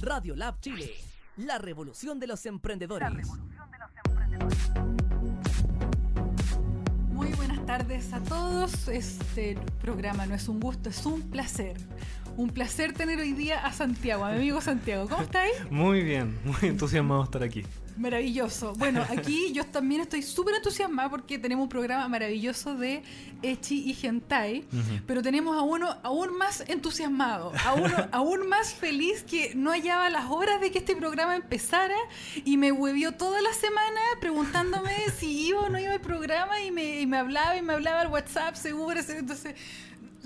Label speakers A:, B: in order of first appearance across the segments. A: Radio Lab Chile, la revolución de los emprendedores.
B: Muy buenas tardes a todos. Este programa no es un gusto, es un placer. Un placer tener hoy día a Santiago, a mi amigo Santiago. ¿Cómo estáis?
C: Muy bien, muy entusiasmado de estar aquí.
B: Maravilloso. Bueno, aquí yo también estoy súper entusiasmada porque tenemos un programa maravilloso de Echi y Gentai, pero tenemos a uno aún más entusiasmado, a uno aún más feliz que no hallaba las horas de que este programa empezara y me huevió toda la semana preguntándome si iba o no iba al programa y me, y me hablaba y me hablaba al WhatsApp, seguro. se- Entonces,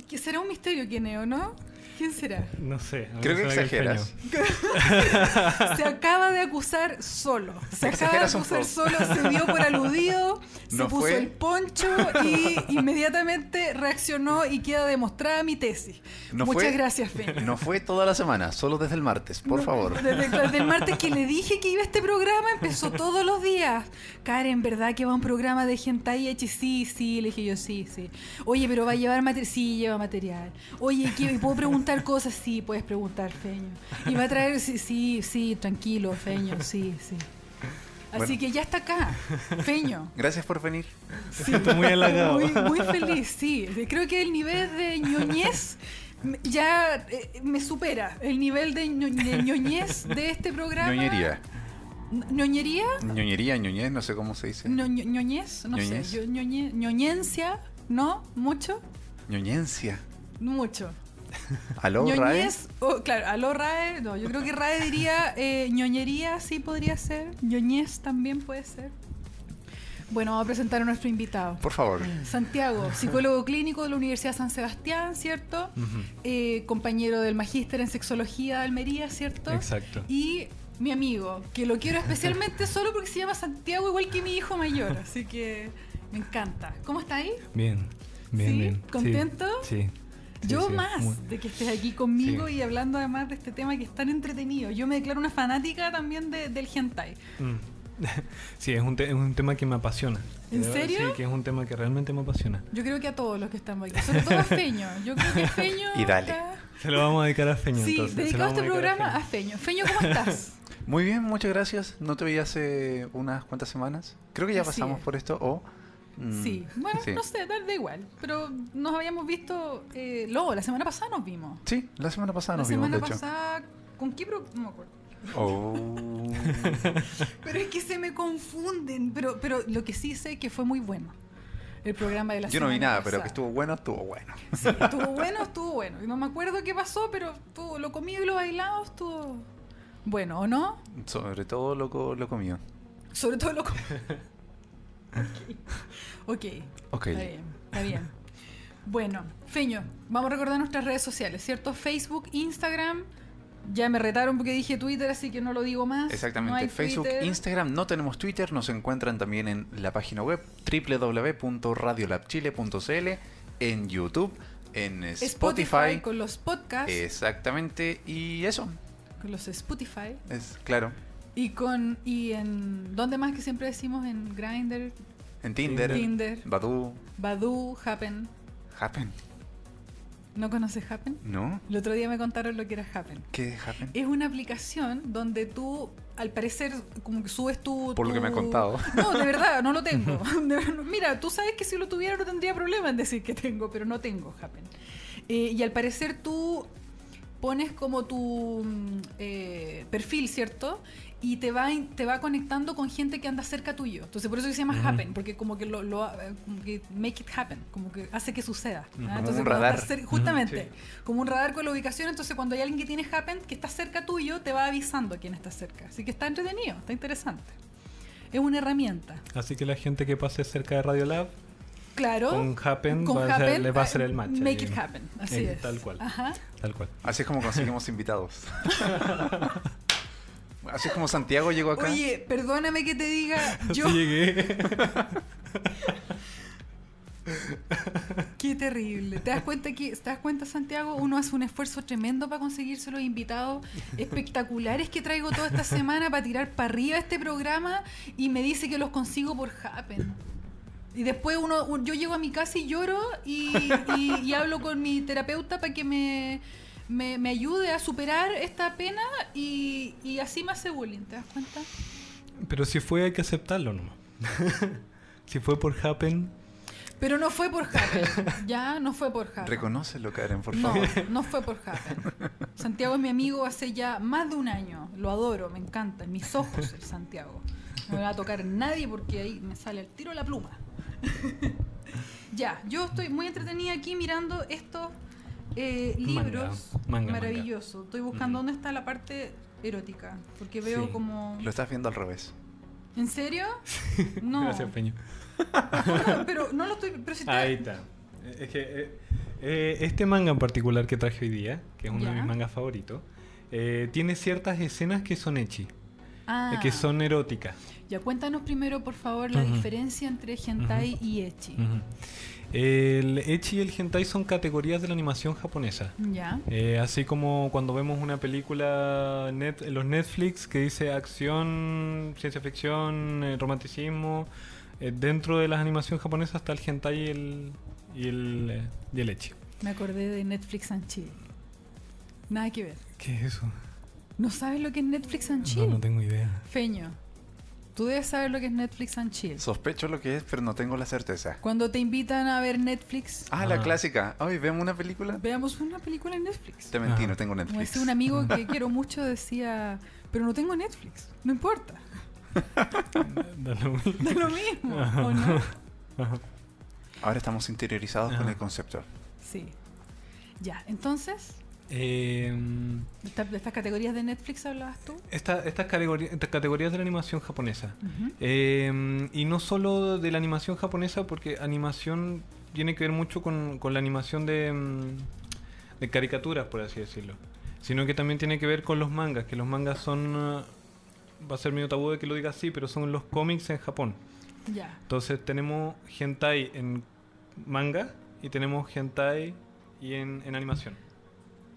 B: que será un misterio quién es o no. ¿Quién será?
C: No sé. a mí
D: Creo
C: me
D: que
C: suena el
D: exageras.
C: sueño.
B: Se acaba de acusar solo. Se acaba de
D: Exageras un
B: acusar
D: poco.
B: solo, se dio por aludido, se
D: No
B: puso
D: fue.
B: el poncho y inmediatamente reaccionó y queda demostrada mi tesis.
D: No
B: Muchas
D: fue-
B: gracias, Felipe.
D: No fue toda la semana, solo desde el martes, por favor.
B: Desde, desde el martes que le dije que iba a este programa, empezó todos los días. Karen, ¿verdad que va a un programa de hentai Echi? Sí, sí, le dije yo, sí, sí. Oye, pero va a llevar material. Sí, lleva material. Oye, ¿qué- ¿puedo preguntar cosas? Sí, puedes preguntar, Feño. Y va a traer, sí, sí, sí, tranquilo, Feño, sí, sí. Así
D: Bueno.
B: que ya está acá, Feño.
D: Gracias por venir.
B: Sí,
C: Estoy muy halagado.
B: Muy, muy feliz, sí. Creo que el nivel de ñoñez me- ya eh, me supera. El nivel de, ño- de ñoñez de este programa.
D: Ñoñería.
B: ¿Ñoñería?
D: Ñoñería, ñoñez, no sé cómo se dice.
B: Ño- ño- ¿Ñoñez? No
D: Ñoñez.
B: sé. Yo- ñoñe- ¿Ñoñencia? ¿No? ¿Mucho?
D: Ñoñencia.
B: Mucho.
D: Aló, Rae.
B: ñoñez, o- claro, aló Rae, no, yo creo que Rae diría eh, ñoñería, sí podría ser, ñoñez también puede ser. Bueno, vamos a presentar a nuestro invitado.
D: Por favor.
B: Santiago, psicólogo clínico de la Universidad San Sebastián, ¿cierto?
C: Ujú,
B: Eh, compañero del magíster en sexología de Almería, ¿cierto?
C: Exacto.
B: Y mi amigo, que lo quiero especialmente solo porque se llama Santiago igual que mi hijo mayor, así que me encanta. ¿Cómo está ahí?
C: Bien, bien,
B: ¿Sí?
C: bien. Sí,
B: ¿Contento?
C: Sí. sí,
B: Yo
C: sí,
B: más
C: muy-
B: de que estés aquí conmigo
C: Sí.
B: y hablando además de este tema que es tan entretenido. Yo me declaro una fanática también de- del hentai.
C: Mm. Sí, es un, te- es un tema que me apasiona.
B: ¿En
C: De verdad,
B: serio?
C: Sí, que es un tema que realmente me apasiona.
B: Yo creo que a todos los que estamos aquí, sobre todo a Feño. Yo creo que Feño...
D: Y dale.
B: está-
C: Se lo vamos a dedicar a Feño.
B: Sí,
C: entonces, se lo
B: dedicado
C: vamos
B: este
C: dedicar
B: programa a Feño. Feño, ¿cómo estás?
D: Muy bien, muchas gracias. No te veía hace unas cuantas semanas. Creo que ya
B: Así
D: pasamos
B: es.
D: por esto. O. mm,
B: Sí, bueno,
D: sí.
B: no sé, tal da igual. Pero nos habíamos visto. Eh, luego, la semana pasada nos vimos.
D: Sí, la semana pasada
B: la
D: Ah, nos vimos,
B: semana
D: de hecho.
B: pasada, ¿con qué pro- No me acuerdo.
D: Oh.
B: Pero es que se me confunden. Pero, pero lo que sí sé que fue muy bueno. El programa de la
D: Yo no vi
B: semana
D: nada, pero
B: pasada.
D: que estuvo bueno, estuvo bueno.
B: Sí, estuvo bueno, estuvo bueno. Y No me acuerdo qué pasó, pero estuvo- lo comido y lo bailado estuvo bueno, ¿o no?
D: Sobre todo lo, co- lo comido.
B: Sobre todo lo comido. ok. ok.
D: Ok.
B: Está bien, está bien. Bueno, Feño, vamos a recordar nuestras redes sociales, ¿cierto? Facebook, Instagram. Ya me retaron porque dije Twitter, así que no lo digo más. No
D: Exactamente,
B: hay
D: Facebook,
B: Twitter.
D: Instagram, no tenemos Twitter, nos encuentran también en la página web www.radiolabchile.cl, en YouTube, en
B: Spotify,
D: Spotify,
B: con los podcasts,
D: exactamente, y eso,
B: con los Spotify
D: es claro,
B: y con y en ¿dónde más que siempre decimos en Grindr,
D: en Tinder,
B: Tinder.
D: Badoo,
B: Badoo, Happen?
D: Happen,
B: ¿No conoces Happen?
D: ¿no?
B: El otro día me contaron lo que era Happen.
D: ¿Qué es Happen?
B: Es una aplicación donde tú, al parecer, como que subes tu...
D: Por lo que me han contado.
B: No, de verdad, no lo tengo. De ver- Mira, tú sabes que si lo tuviera no tendría problema en decir que tengo, pero no tengo Happen. Eh, y al parecer tú pones como tu mm, eh, perfil, ¿cierto? Y te va, in- te va conectando con gente que anda cerca tuyo. Entonces por eso que se llama
C: Ujú.
B: Happen, porque como que lo, lo ha- como que make it happen, como que hace que suceda. ¿ah?
C: Ujú. Como
B: Entonces,
D: un
B: cuando
D: radar.
B: estás cer- justamente,
C: sí.
B: como un radar con la ubicación, entonces cuando hay alguien que tiene Happen que está cerca tuyo, te va avisando a quién está cerca. Así que está entretenido, está interesante. Es una herramienta.
C: Así que la gente que pase cerca de Radiolab,
B: Claro.
C: con Happen,
B: con
C: va a hacer-
B: Happen,
C: les va a hacer el
B: eh,
C: match.
B: Make
C: ahí.
B: it happen. Así
C: Eh,
B: es.
C: tal cual.
B: Ajá.
C: Tal cual.
D: Así es como conseguimos invitados. Así es como Santiago llegó acá.
B: Oye, perdóname que te diga, yo.
C: Así llegué.
B: Qué terrible. ¿Te das cuenta que, te das cuenta, Santiago? Uno hace un esfuerzo tremendo para conseguirse los invitados espectaculares que traigo toda esta semana para tirar para arriba este programa y me dice que los consigo por Happen. Y después uno, un- yo llego a mi casa y lloro y, y- y hablo con mi terapeuta para que me me, me ayude a superar esta pena y, y así me hace bullying, ¿te das cuenta?
C: Pero si fue, hay que aceptarlo nomás. si fue por Happen,
B: Pero no fue por Happen. Ya no fue por Happen.
D: Reconócelo, Karen, por
B: no,
D: favor.
B: no fue por Happen. Santiago es mi amigo hace ya más de un año. Lo adoro, me encanta. En mis ojos el Santiago. No me va a tocar nadie porque ahí me sale al tiro la pluma. ya, yo estoy muy entretenida aquí mirando estos eh,
C: Manga,
B: libros
C: manga,
B: maravillosos. Estoy buscando
C: Ujú.
B: dónde está la parte erótica. Porque veo
C: Sí.
B: como...
D: Lo estás viendo al revés.
B: ¿En serio? No.
C: Gracias, Peño.
B: No, no, pero no lo estoy... Pero si está-
C: Ahí está. Eh, Es que eh, eh, este manga en particular que traje hoy día, que es uno
B: Ya.
C: de mis mangas favoritos, eh, tiene ciertas escenas que son echi, eh,
B: Ah.
C: que son eróticas.
B: Ya cuéntanos primero, por favor, la
C: Ujú.
B: diferencia entre hentai y echi.
C: Ujú. El echi y el hentai son categorías de la animación japonesa.
B: Ya.
C: Eh, así como cuando vemos una película net- en los Netflix que dice acción, ciencia ficción, eh, romanticismo, eh, dentro de las animaciones japonesas está el hentai y el, y el, eh, y el ecchi.
B: Me acordé de Netflix and Chill. Nada que ver.
C: ¿Qué es eso?
B: ¿No sabes lo que es Netflix and Chill?
C: No, no tengo idea.
B: Feño, tú debes saber lo que es Netflix and Chill.
D: Sospecho lo que es, pero no tengo la certeza.
B: Cuando te invitan a ver Netflix,
D: Ah, la
C: Ah.
D: clásica. Ay, ¿vemos una película?
B: veamos una película en Netflix.
D: Te mentí,
C: Ah.
D: no Ah. tengo
B: Como
D: Netflix.
B: decía un amigo que quiero mucho, decía, pero no tengo Netflix. No importa,
C: Da lo mismo.
B: da lo mismo. ¿O no?
D: Ahora estamos interiorizados con
C: Ajá.
D: el concepto.
B: Sí. Ya, entonces,
C: Eh,
B: de esta- de estas categorías de Netflix hablabas tú.
C: esta- estas categori- estas categorías de la animación japonesa.
B: Ujú.
C: Eh, y no solo de la animación japonesa, porque animación tiene que ver mucho con, con la animación de, mm, de caricaturas, por así decirlo. Sino que también tiene que ver con los mangas, que los mangas son... ah, va a ser medio tabú de que lo diga así, pero son los cómics en Japón.
B: Ya.
C: Entonces tenemos hentai en manga y tenemos hentai y en, en animación.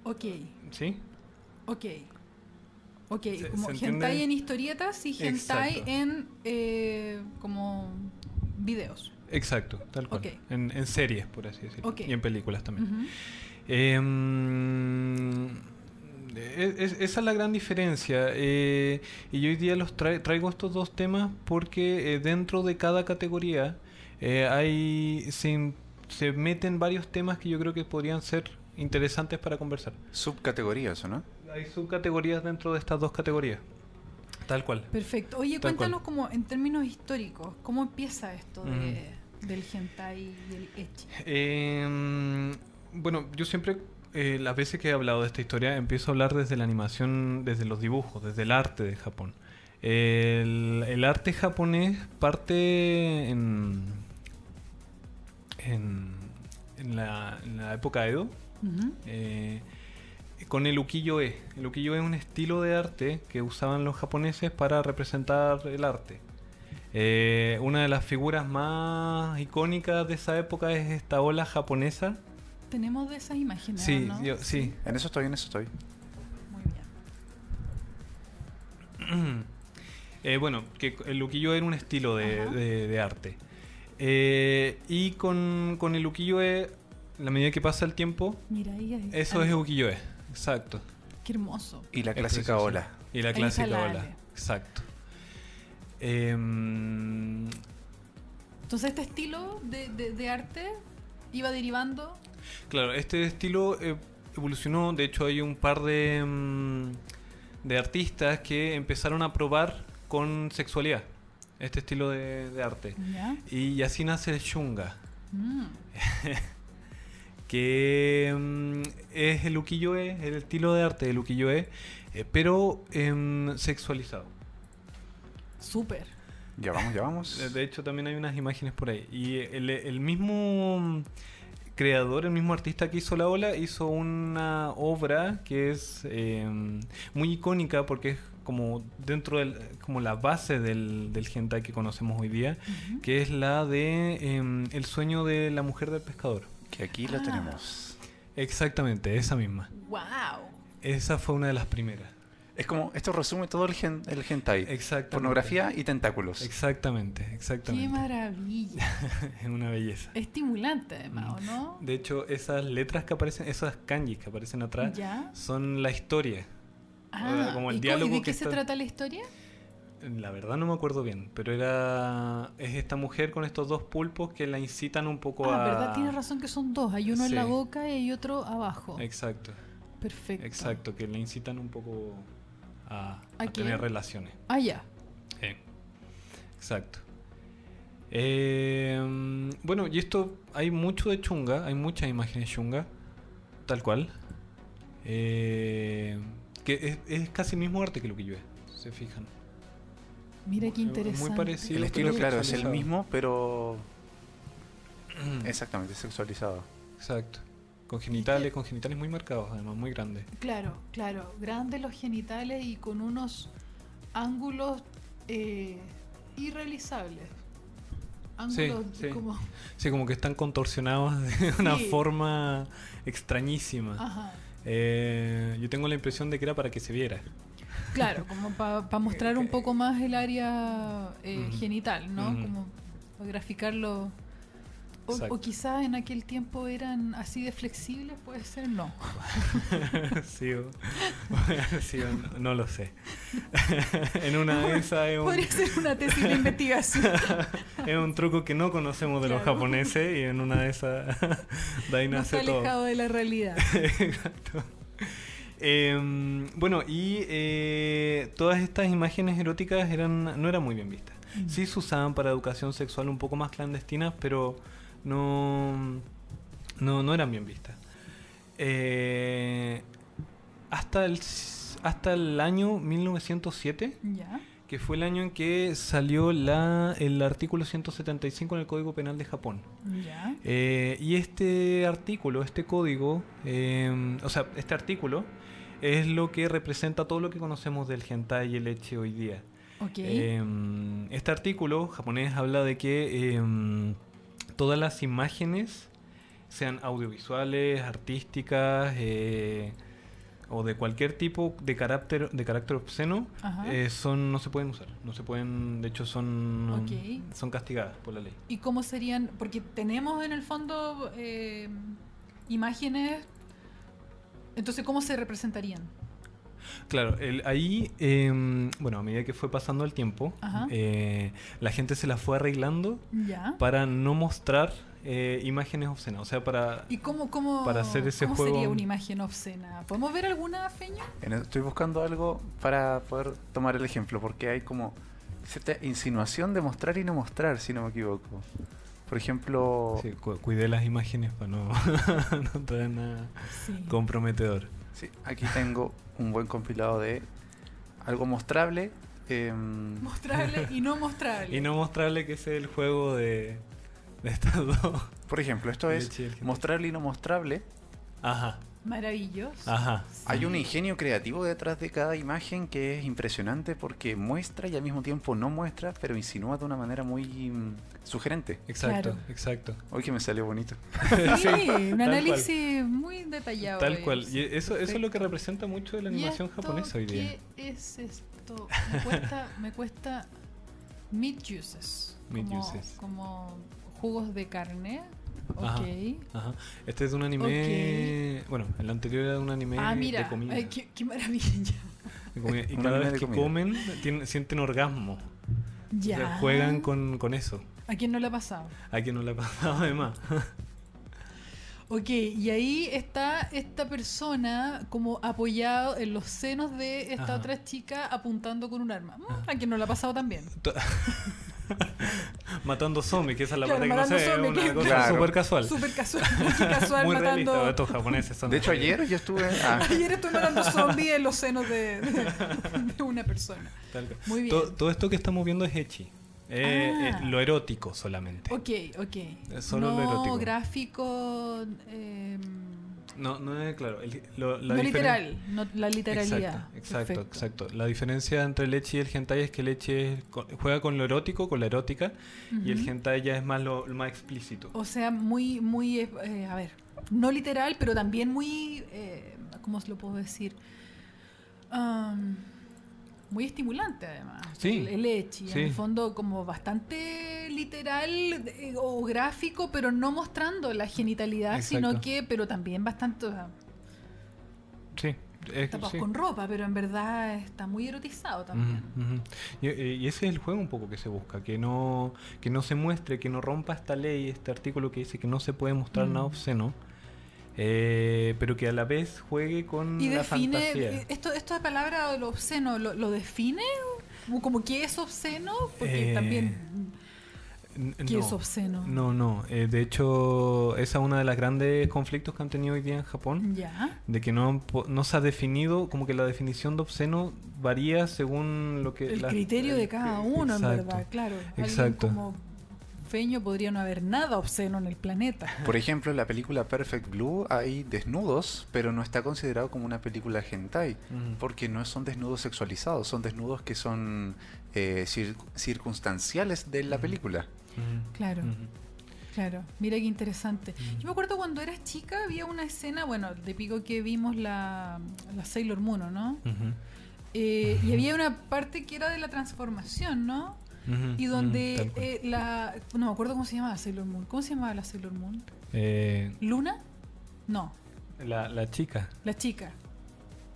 B: Ok,
C: ¿Sí?
B: ok. Ok,
C: ¿Se-
B: como
C: se entiende?
B: hentai en historietas y hentai
C: Exacto.
B: en eh, como videos.
C: Exacto, tal cual.
B: Ok.
C: En, en series, por así decirlo.
B: Ok.
C: Y en películas también.
B: Ujú.
C: Eh, e, es- es- esa es la gran diferencia. eh, y hoy día los tra- traigo estos dos temas porque eh, dentro de cada categoría eh, hay se, in- se meten varios temas que yo creo que podrían ser interesantes para conversar.
D: Subcategorías, ¿o no?
C: Hay subcategorías dentro de estas dos categorías. Tal cual.
B: Perfecto. Oye,
C: Tal
B: cuéntanos como en términos históricos, ¿cómo empieza esto de- del hentai y el echi?
C: Eh, bueno, yo siempre, eh, las veces que he hablado de esta historia, empiezo a hablar desde la animación, desde los dibujos, desde el arte de Japón. El, el arte japonés parte en, en, en la, en la época Edo,
B: Ujú.
C: eh, con el ukiyo-e. El ukiyo-e es un estilo de arte que usaban los japoneses para representar el arte. Eh, una de las figuras más icónicas de esa época es esta ola japonesa.
B: Tenemos de esas imágenes.
C: sí,
B: ¿no?
C: yo- sí.
D: En eso estoy, en eso estoy.
B: Muy bien.
C: Eh, bueno, que el ukiyo-e era un estilo de,
B: Ajá.
C: de- de arte. Eh, y con, con el ukiyo-e, la medida que pasa el tiempo,
B: Mira ahí. ahí-
C: eso
B: ahí.
C: es ukiyo-e. Exacto.
B: Qué hermoso.
D: Y la
C: Es
D: clásica
C: precioso.
D: ola.
C: Y la
B: Ahí
C: clásica
B: está la
C: ola.
B: Ale.
C: Exacto. Em,
B: Entonces, este estilo de, de- de arte iba derivando.
C: claro, este estilo eh, evolucionó. De hecho, hay un par de, em, de artistas que empezaron a probar con sexualidad este estilo de, de arte.
B: ¿Ya?
C: Y así nace el shunga,
B: Mm.
C: que em, es el ukiyo-e, el estilo de arte del ukiyo-e, eh, pero em, sexualizado.
B: Súper.
D: Ya vamos, ya vamos.
C: De- De hecho, también hay unas imágenes por ahí. Y el, el mismo creador, el mismo artista que hizo la ola, hizo una obra que es eh, muy icónica porque es como dentro del, como la base del, del hentai que conocemos hoy día,
B: Ujú.
C: que es la de eh, El sueño de la mujer del pescador.
D: Que aquí la
B: Ah.
D: tenemos.
C: Exactamente, esa misma.
B: ¡Wow!
C: Esa fue una de las primeras.
D: Es como, esto resume todo el, gen, el hentai.
C: Exactamente.
D: Pornografía y tentáculos.
C: Exactamente,
B: Qué
C: exactamente.
B: maravilla.
C: Es una belleza.
B: Estimulante además, ¿o no?
C: De hecho, esas letras que aparecen, esas kanjis que aparecen atrás,
B: Ya.
C: son la historia.
B: Ah,
C: como el
B: ¿y, co-
C: diálogo
B: ¿y de
C: que
B: qué se
C: está-
B: trata la historia?
C: La verdad no me acuerdo bien, pero era... Es esta mujer con estos dos pulpos que la incitan un poco
B: Ah,
C: a...
B: verdad, tienes razón que son dos. Hay uno en la
C: Sí.
B: boca y hay otro abajo.
C: Exacto,
B: Perfecto.
C: exacto, que la incitan un poco
B: ¿A
C: a, a
B: quién?
C: tener relaciones.
B: Ah, ya.
C: Sí, exacto. Eh, bueno, y esto hay mucho de chunga, hay muchas imágenes chunga, tal cual. Eh, que es, es casi el mismo arte que lo que yo es, se fijan.
B: Mira qué
C: Muy
B: interesante.
C: parecido.
D: el
C: Sí,
D: estilo,
C: pero
D: claro, es el
C: sexualizado. Mm.
D: mismo, pero. Exactamente, sexualizado.
C: Exacto. Con genitales, con genitales muy marcados, además, muy grandes.
B: Claro, claro. Grandes los genitales y con unos ángulos eh, irrealizables. Ángulos
C: sí.
B: como.
C: Sí, como que están contorsionados de una
B: Sí. Ah.
C: forma extrañísima.
B: Ajá.
C: Eh, yo tengo la impresión de que era para que se viera.
B: Claro, como para mostrar un poco más el área eh,
C: Ujú.
B: genital, ¿no?
C: Ujú.
B: Como pa graficarlo. O,
C: Exacto.
B: o quizá en aquel tiempo eran así de flexibles, puede ser, no.
C: sí, o- sí, o no, no lo sé. en una de esas es un,
B: Podría ser una tesis de investigación.
C: es un truco que no conocemos de los
B: Claro.
C: japoneses y en una de esas Daina
B: no está
C: hace todo.
B: alejado de la realidad.
C: Exacto. Em, bueno, y eh, todas estas imágenes eróticas eran no eran muy bien vistas. Sí se usaban para educación sexual un poco más clandestinas, pero no, no, no eran bien vistas. Eh, hasta, el, s- hasta el año 1907,
B: ¿Ya?
C: que fue el año en que salió la, el artículo 175 en el Código Penal de Japón.
B: ¿Ya?
C: Eh, y este artículo, este código, eh, o sea, este artículo es lo que representa todo lo que conocemos del hentai y el eche hoy día.
B: Ok.
C: Eh, este artículo japonés habla de que eh, todas las imágenes, sean audiovisuales, artísticas eh, o de cualquier tipo de carácter, de carácter obsceno,
B: Ajá.
C: eh, son, no se pueden usar, no se pueden, de hecho son,
B: Ok.
C: son castigadas por la ley.
B: ¿Y cómo serían? Porque tenemos en el fondo eh, imágenes. Entonces, ¿cómo se representarían?
C: Claro, el- ahí, em, bueno, a medida que fue pasando el tiempo,
B: Ajá.
C: eh, la gente se la fue arreglando
B: ¿Ya?
C: para no mostrar eh, imágenes obscenas, o sea, para...
B: ¿Y cómo, cómo,
C: Para hacer ese
B: cómo
C: juego-
B: sería una imagen obscena? ¿Podemos ver alguna, Feño?
D: En el- Estoy buscando algo para poder tomar el ejemplo, porque hay como cierta insinuación de mostrar y no mostrar, si no me equivoco. Por ejemplo,
C: Sí, cu- cuidé las imágenes para no, no traer nada
B: Sí.
C: comprometedor.
D: sí, aquí tengo un buen compilado de algo mostrable. em,
B: Mostrable y no mostrable.
C: Y no mostrarle que ese es el juego de, de estas dos.
D: por ejemplo, esto es
C: Leche y el hentai.
D: mostrable y no mostrable.
C: Ajá,
B: Maravilloso.
C: ajá.
D: Hay un ingenio creativo detrás de cada imagen que es impresionante porque muestra y al mismo tiempo no muestra, pero insinúa de una manera muy mm, sugerente.
C: Exacto,
B: Claro.
C: exacto.
D: Hoy que me salió bonito.
B: Sí, un
C: tal
B: análisis muy detallado.
C: Tal
B: eh.
C: cual. Y eso, eso es lo que
B: Perfecto.
C: representa mucho de la
B: ¿Y
C: animación
B: esto
C: japonesa hoy día.
B: ¿Qué es esto? Me cuesta, me cuesta meat juices.
C: Meat
B: como,
C: juices.
B: Como jugos de carne. Ok.
C: Ajá. Ajá. Este es de un anime. Bueno, el anterior era de un anime
B: Ah, mira,
C: de comida.
B: ay, qué, qué maravilla.
C: de comida. Y
D: Un
C: cada
D: anime
C: vez
D: de
C: que
D: comida.
C: comen, tienen- sienten orgasmo. O
B: Ya.
C: sea, juegan con, con eso.
B: ¿A quién no le ha pasado?
C: A quien no le ha pasado además.
B: Ok, y ahí está esta persona como apoyado en los senos de esta
C: Ajá. Ah.
B: otra chica apuntando con un arma. Mm, A quien no le ha pasado también.
C: Matando zombies, que esa es la
B: Claro,
C: parte que no
B: matando
C: sé, es
B: zombies,
C: una
B: que-
C: cosa
D: Claro.
C: súper casual.
B: Súper casual, muy casual
C: Muy
B: matando.
C: realista, estos japoneses son
D: De hecho,
C: así.
D: ayer yo estuve... ah,
B: Ayer estoy matando zombies en los senos de, de- de una persona.
C: Tal cual.
B: Muy bien.
C: To- Todo, esto que estamos viendo es hechi. Eh,
B: Ah.
C: es lo erótico solamente.
B: Ok, ok.
C: Es solo
B: no
C: lo erótico.
B: gráfico. eh,
C: No, no es claro. el- lo- la
B: no
C: diferen-
B: literal, no, la literalidad.
C: Exacto, exacto,
B: Perfecto.
C: exacto. La diferencia entre el Echi y el hentai es que el Echi es co- juega con lo erótico, con la erótica, y el
B: Ujú. Oh,
C: hentai ya es más lo, lo más explícito.
B: O sea, muy, muy, eh, a ver, no literal, pero también muy, eh, ¿cómo se lo puedo decir? am, muy estimulante además.
C: Sí.
B: El, el ecchi,
C: Sí.
B: en el fondo como bastante literal eh, o gráfico, pero no mostrando la genitalidad, sino
C: Exacto.
B: que, pero también bastante o sea,
C: Sí. es-
B: tapados
C: sí.
B: con ropa, pero en verdad está muy erotizado también.
C: Ujú, ujú. Y, eh, y ese es el juego un poco que se busca, que no, que no se muestre, que no rompa esta ley, este artículo que dice que no se puede mostrar nada
B: Mm.
C: obsceno, eh, pero que a la vez juegue con
B: Y
C: Mm, la
B: define,
C: fantasía.
B: eh, esto, esta palabra lo obsceno, ¿lo, lo define? Como- Como que es obsceno, porque
C: Eh,
B: también
C: N-
B: que
C: no.
B: es obsceno.
C: No, no. eh, de hecho, esa es una de las grandes conflictos que han tenido hoy día en Japón,
B: Ya.
C: de que no, han po- no se ha definido, como que la definición de obsceno varía según lo que...
B: El
C: las-
B: criterio de
C: el-
B: cada uno,
C: Eh, Exacto.
B: en verdad, claro. Alguien
C: Exacto.
B: como feño podría no haber nada obsceno en el planeta.
D: Por ejemplo, en la película Perfect Blue hay desnudos, pero no está considerado como una película hentai,
C: Mm.
D: porque no son desnudos sexualizados, son desnudos que son eh, cir- circunstanciales de la película.
C: Mm.
B: Claro.
C: Ujú.
B: Claro, mira qué interesante. Yo me acuerdo cuando eras chica había una escena, bueno, de pico que vimos la, la Sailor Moon, ¿o ¿no?
C: Ujú.
B: Eh, y había una parte que era de la transformación, ¿no?
C: Ujú,
B: Y
C: ujú,
B: donde
C: mm, tal cual.
B: eh, la... No me acuerdo cómo se llamaba Sailor Moon. ¿Cómo se llamaba la Sailor Moon?
C: Eh,
B: ¿Luna? No,
C: la, la chica.
B: la chica.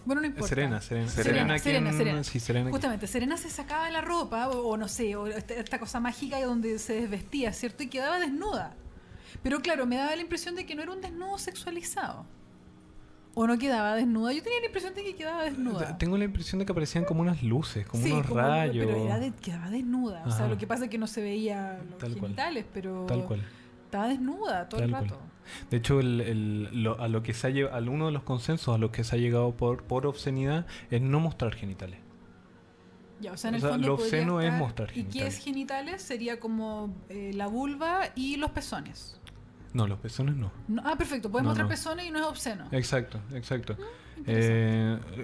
B: Bueno, no importa.
C: Serena, Serena.
D: Serena,
C: Serena,
B: Serena,
C: quien-
B: Serena.
C: sí, Serena quien-
B: Justamente, Serena se sacaba la ropa, o, o no sé, o esta, esta cosa mágica donde se desvestía, ¿cierto? Y quedaba desnuda. Pero claro, me daba la impresión de que no era un desnudo sexualizado. O no quedaba desnuda. Yo tenía la impresión de que quedaba desnuda.
C: Eh, Tengo la impresión de que aparecían como unas luces, como
B: Sí,
C: unos
B: como-
C: rayos.
B: Pero era de- quedaba desnuda. O sea,
C: Ajá.
B: lo que pasa es que no se veía los
C: Tal cual.
B: genitales, pero
C: Tal cual.
B: estaba desnuda todo el
C: Tal cual.
B: rato.
C: De hecho, el, el- lo- a lo que se ha lle- al uno de los consensos a los que se ha llegado por, por obscenidad es no mostrar genitales.
B: Ya, o sea, en
C: O
B: el
C: sea,
B: fondo
C: lo
B: podría
C: obsceno es
B: estar-
C: mostrar
B: ¿Y qué es
C: genitales.
B: genitales? Sería como eh, la vulva y los pezones.
C: No, los pezones no.
B: No- ah, perfecto. Puedes
C: No,
B: mostrar
C: no. Eh,
B: pezones y no es obsceno.
C: Exacto, exacto.
B: Ah, Interesante.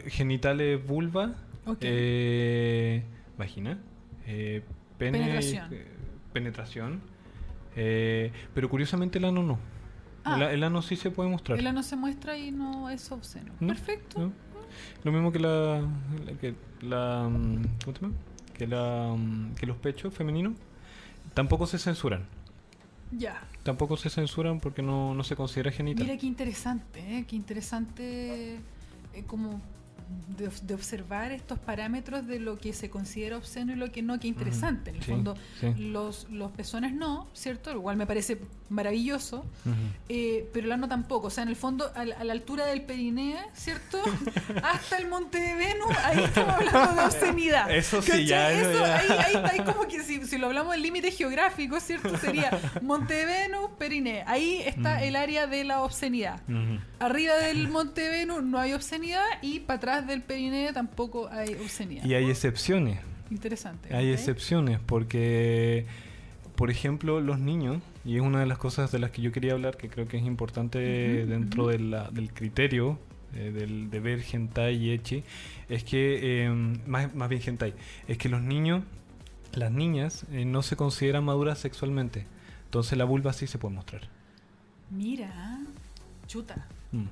C: Eh, genitales, vulva,
B: Ok.
C: eh, vagina, eh, pene,
B: Penetración.
C: eh, penetración, eh, pero curiosamente el ano no.
B: Ah.
C: El, a- el ano sí se puede mostrar.
B: El ano se muestra y no es obsceno.
C: ¿no?
B: Perfecto.
C: ¿no? Lo mismo que la, la- que la mm, ¿cómo se llama? que la mm, que los pechos femeninos tampoco se censuran.
B: Ya.
C: Tampoco se censuran porque no, no se considera genital.
B: Mira qué interesante, ¿eh? qué interesante eh, como de, ob- de observar estos parámetros de lo que se considera obsceno y lo que no, qué interesante. En el
C: sí,
B: fondo,
C: sí.
B: los, los pezones no, ¿cierto? Lo cual me parece maravilloso.
C: Ujú.
B: Eh, pero el ano tampoco, o sea, en el fondo, a, la- a la altura del perineo, ¿cierto? Hasta el monte de Venus, ahí estamos hablando de obscenidad.
C: Eso sí,
B: ¿Cachai?
C: ya, eso
B: Eso,
C: ya.
B: Ahí, ahí está, ahí como que si, si lo hablamos del límite geográfico, ¿cierto? Sería monte de Venus, perineo. Ahí está
C: Mm.
B: el área de la obscenidad.
C: Ujú.
B: Arriba del monte de Venus no hay obscenidad y para atrás del perineo tampoco hay obscenidad.
C: Y hay excepciones.
B: Interesante.
C: Hay
B: ¿ok?
C: excepciones porque, por ejemplo, los niños, y es una de las cosas de las que yo quería hablar, que creo que es importante
B: Ujú,
C: dentro
B: ujú.
C: de la- del criterio eh, del deber hentai y echi, es que, eh, más, más bien hentai, es que los niños, las niñas, eh, no se consideran maduras sexualmente. Entonces la vulva sí se puede mostrar.
B: Mira, chuta.
C: Mm.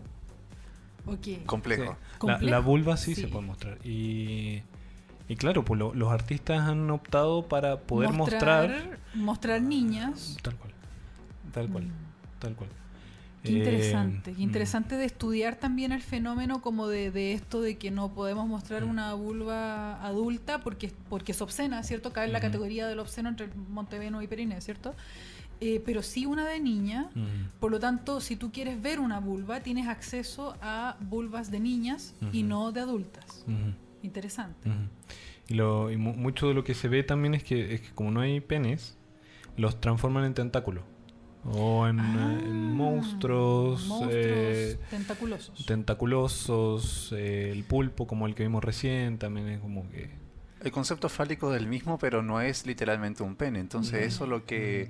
B: Ok.
D: Complejo.
C: Sí. La,
B: Complejo.
C: la vulva sí,
B: Sí.
C: se puede mostrar. Y, y claro, pues lo- los artistas han optado para poder mostrar
B: mostrar niñas
C: Tal cual. Tal cual. Tal cual.
B: Mm. Qué
C: Eh,
B: interesante, qué
C: mm.
B: interesante de estudiar también el fenómeno como de, de esto de que no podemos mostrar
C: Mm.
B: una vulva adulta porque, porque es obscena, ¿cierto? Cae en la
C: Ujú.
B: categoría del obsceno entre Monteveno y Perineo, ¿cierto? Eh, pero sí una de niña.
C: Mm.
B: Por lo tanto, si tú quieres ver una vulva, tienes acceso a vulvas de niñas y
C: Ujú.
B: no de adultas.
C: mm, Ujú,
B: Interesante.
C: ujú. Y, lo, y mu- mucho de lo que se ve también es que, es que como no hay penes, los transforman en tentáculos. O en, eh,
B: Ah,
C: en monstruos,
B: monstruos
C: eh,
B: tentaculosos.
C: tentaculosos, eh, el pulpo como el que vimos recién, también es como que...
D: El concepto fálico del mismo, pero no es literalmente un pene, entonces
C: Mm.
D: eso lo que...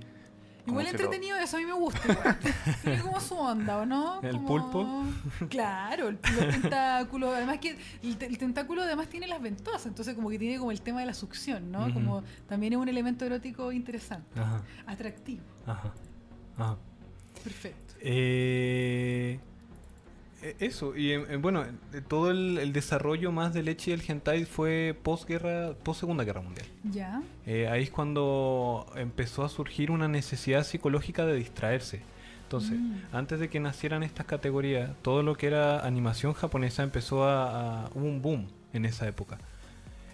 D: como
B: Igual
D: que lo-
B: entretenido eso, a mí me gusta. igual. Tiene como su onda, ¿o no?
C: ¿El
B: Como-
C: pulpo?
B: Claro, el, los tentáculos. Además que el, te- el tentáculo además tiene las ventosas, entonces como que tiene como el tema de la succión, ¿no?
C: Ujú.
B: Como también es un elemento erótico interesante,
C: Ajá,
B: atractivo.
C: ajá, ajá.
B: Perfecto.
C: Eh, e- eso, y em, em, bueno, eh, todo el, el desarrollo más del Echi y el Hentai fue posguerra, post Segunda Guerra Mundial.
B: Ya.
C: Eh, ahí es cuando empezó a surgir una necesidad psicológica de distraerse. Entonces,
B: Mm.
C: antes de que nacieran estas categorías, todo lo que era animación japonesa empezó a... a- hubo un boom en esa época.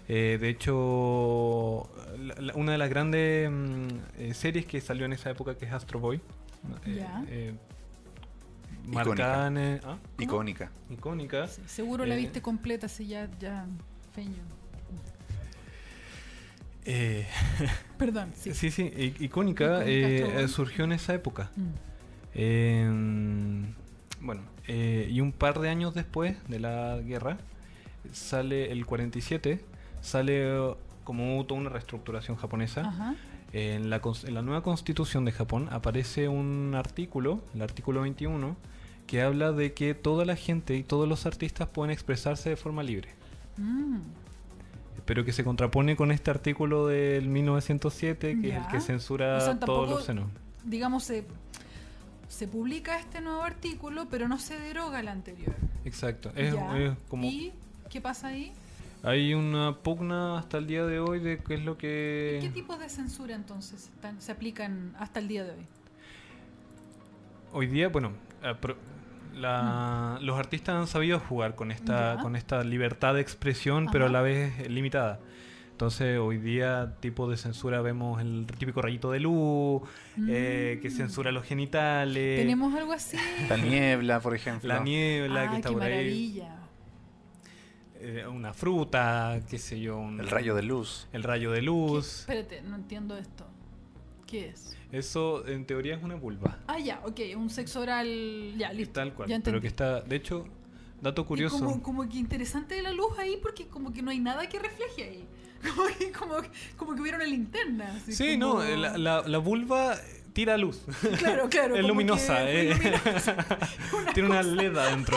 C: Eh, de hecho, la- la- una de las grandes mm, eh, series que salió en esa época, que es Astro Boy, eh,
B: Ya.
C: eh,
D: Icónica.
C: marcada en, eh, ¿ah?
D: Icónica.
C: icónica.
B: Sí, seguro la
C: Eh.
B: viste completa, si ya, ya, feño.
C: Eh,
B: Perdón, sí.
C: Sí, sí, i- icónica,
B: Icónica,
C: eh,
B: Astro Boy.
C: eh, surgió en esa época.
B: Mm.
C: Eh, bueno, eh, y un par de años después de la guerra, sale el 47, sale eh, como toda una reestructuración japonesa.
B: Ajá.
C: En la, cons- en la nueva constitución de Japón aparece un artículo, el artículo 21, que habla de que toda la gente y todos los artistas pueden expresarse de forma libre.
B: Mm.
C: Pero que se contrapone con este artículo del 1907, que es
B: Ya.
C: el que censura
B: O sea,
C: todos
B: tampoco-
C: los senos.
B: Digamos, se, se publica este nuevo artículo, pero no se deroga el anterior.
C: Exacto. Es,
B: Ya.
C: es como
B: ¿Y qué pasa ahí?
C: Hay una pugna hasta el día de hoy de qué es lo que...
B: ¿Qué tipos de censura entonces están- se aplican hasta el día de hoy?
C: Hoy día, bueno, eh, pro- la- los artistas han sabido jugar con esta,
B: Mm. Ya.
C: con esta libertad de expresión, pero a
B: Ajá.
C: la vez eh, limitada. Entonces, hoy día, tipo de censura, vemos el típico rayito de luz, eh, que
B: Mm.
C: censura los genitales,
B: Tenemos algo así.
D: La niebla, por ejemplo.
C: la niebla
B: Ah,
C: que está
B: qué
C: por ahí,
B: maravilla.
C: eh, una fruta, qué sé yo, un-
D: El rayo de luz.
C: el rayo de
B: ¿Qué-
C: luz.
B: Espérate, no entiendo esto. ¿Qué es?
C: Eso, en teoría, es una vulva.
B: Ah, ya, ok, un sexo oral. Ya, listo.
C: Tal cual,
B: ya
C: pero que
B: entendí.
C: está, de hecho, dato curioso.
B: Y como, como que interesante la luz ahí porque como que no hay nada que refleje ahí. Como que, como, como que hubiera una linterna. así
C: Sí,
B: como-
C: no, eh, la, la- la vulva tira luz.
B: Claro, claro.
C: es
B: como
C: luminosa,
B: que-
C: eh.
B: luminosa.
C: Tiene una LED adentro.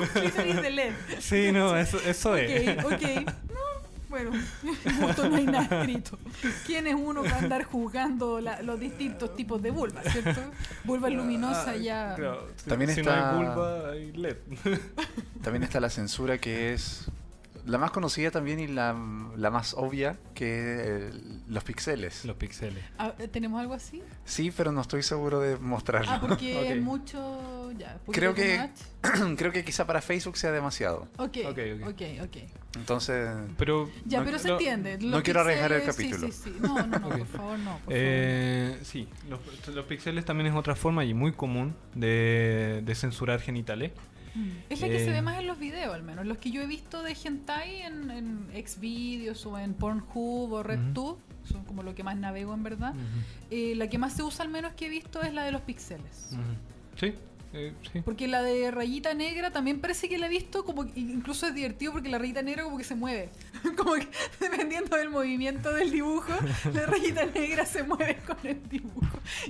B: Un clítoris de LED.
C: sí, no, eso, eso es.
B: Ok, ok. No, bueno, justo no hay nada escrito. ¿Quién es uno para andar juzgando la- los distintos tipos de vulva, cierto?
C: Ah,
B: Vulva luminosa ya.
C: Claro, si-
D: También
C: si
D: está-
C: no hay vulva, hay LED.
D: También está la censura que es la más conocida también y la, la más obvia, que es el- los pixeles.
C: Los píxeles.
B: Ah, ¿Tenemos algo así?
D: Sí, pero no estoy seguro de mostrarlo.
B: Ah, porque
C: Ok.
B: es mucho. Ya, porque
D: Creo
B: too
D: que-
B: much.
D: Creo que quizá para Facebook sea demasiado.
B: Ok,
C: Ok, ok.
B: ok, ok.
D: Entonces,
C: Pero,
B: Ya,
C: no-
B: pero se
C: no-
B: entiende.
D: no
B: Los
D: quiero arriesgar el
B: píxeles-
D: capítulo.
B: Sí, sí, sí. No, no, no,
C: Ok.
B: por favor, no. Por
C: Eh, sí, los, los píxeles también es otra forma y muy común de, de censurar genitales.
B: favor. Mm. Es la que
C: eh.
B: se ve más en los videos, al menos. Los que yo he visto de hentai en, en Xvideos o en Pornhub o RedTube, son como lo que más navego en verdad.
C: Mm.
B: Eh, la que más se usa, al menos que he visto, es la de los píxeles.
C: Ujú. Sí, eh, sí.
B: Porque la de rayita negra también parece que la he visto como que incluso es divertido porque la rayita negra como que se mueve. Como que dependiendo del movimiento del dibujo, la rayita negra se mueve con el dibujo.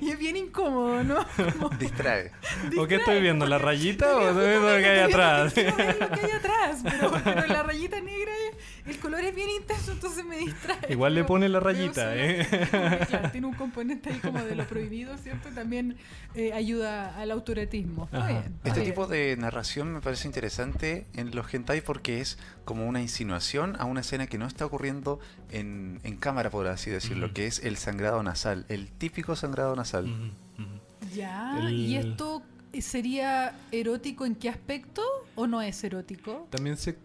B: Y es bien incómodo, ¿no? Como
D: distrae.
C: ¿O
B: distrae,
C: qué estoy viendo?
B: como
C: ¿La
B: que-
C: rayita
B: Estoy
C: o estoy viendo lo que hay
B: viendo
C: atrás?
B: que- estoy viendo lo que hay atrás, pero, pero la rayita negra, eh, el color es bien intenso, entonces me distrae.
C: Igual le
B: Pero-
C: pone la
B: pero
C: rayita,
B: solo-
C: ¿eh?
B: como que, claro, tiene un componente ahí como de lo prohibido, ¿cierto? También eh, ayuda al autoretismo. Está
C: Ajá.
B: bien, está
D: Este
B: bien.
D: tipo de narración me parece interesante en los hentai porque es como una insinuación a una escena que no está ocurriendo en, en cámara, por así decirlo,
C: Ujú.
D: que es el sangrado nasal, el típico sangrado nasal.
C: Ujú, ujú.
B: Ya,
C: El-
B: ¿y esto sería erótico en qué aspecto o no es erótico?
C: También se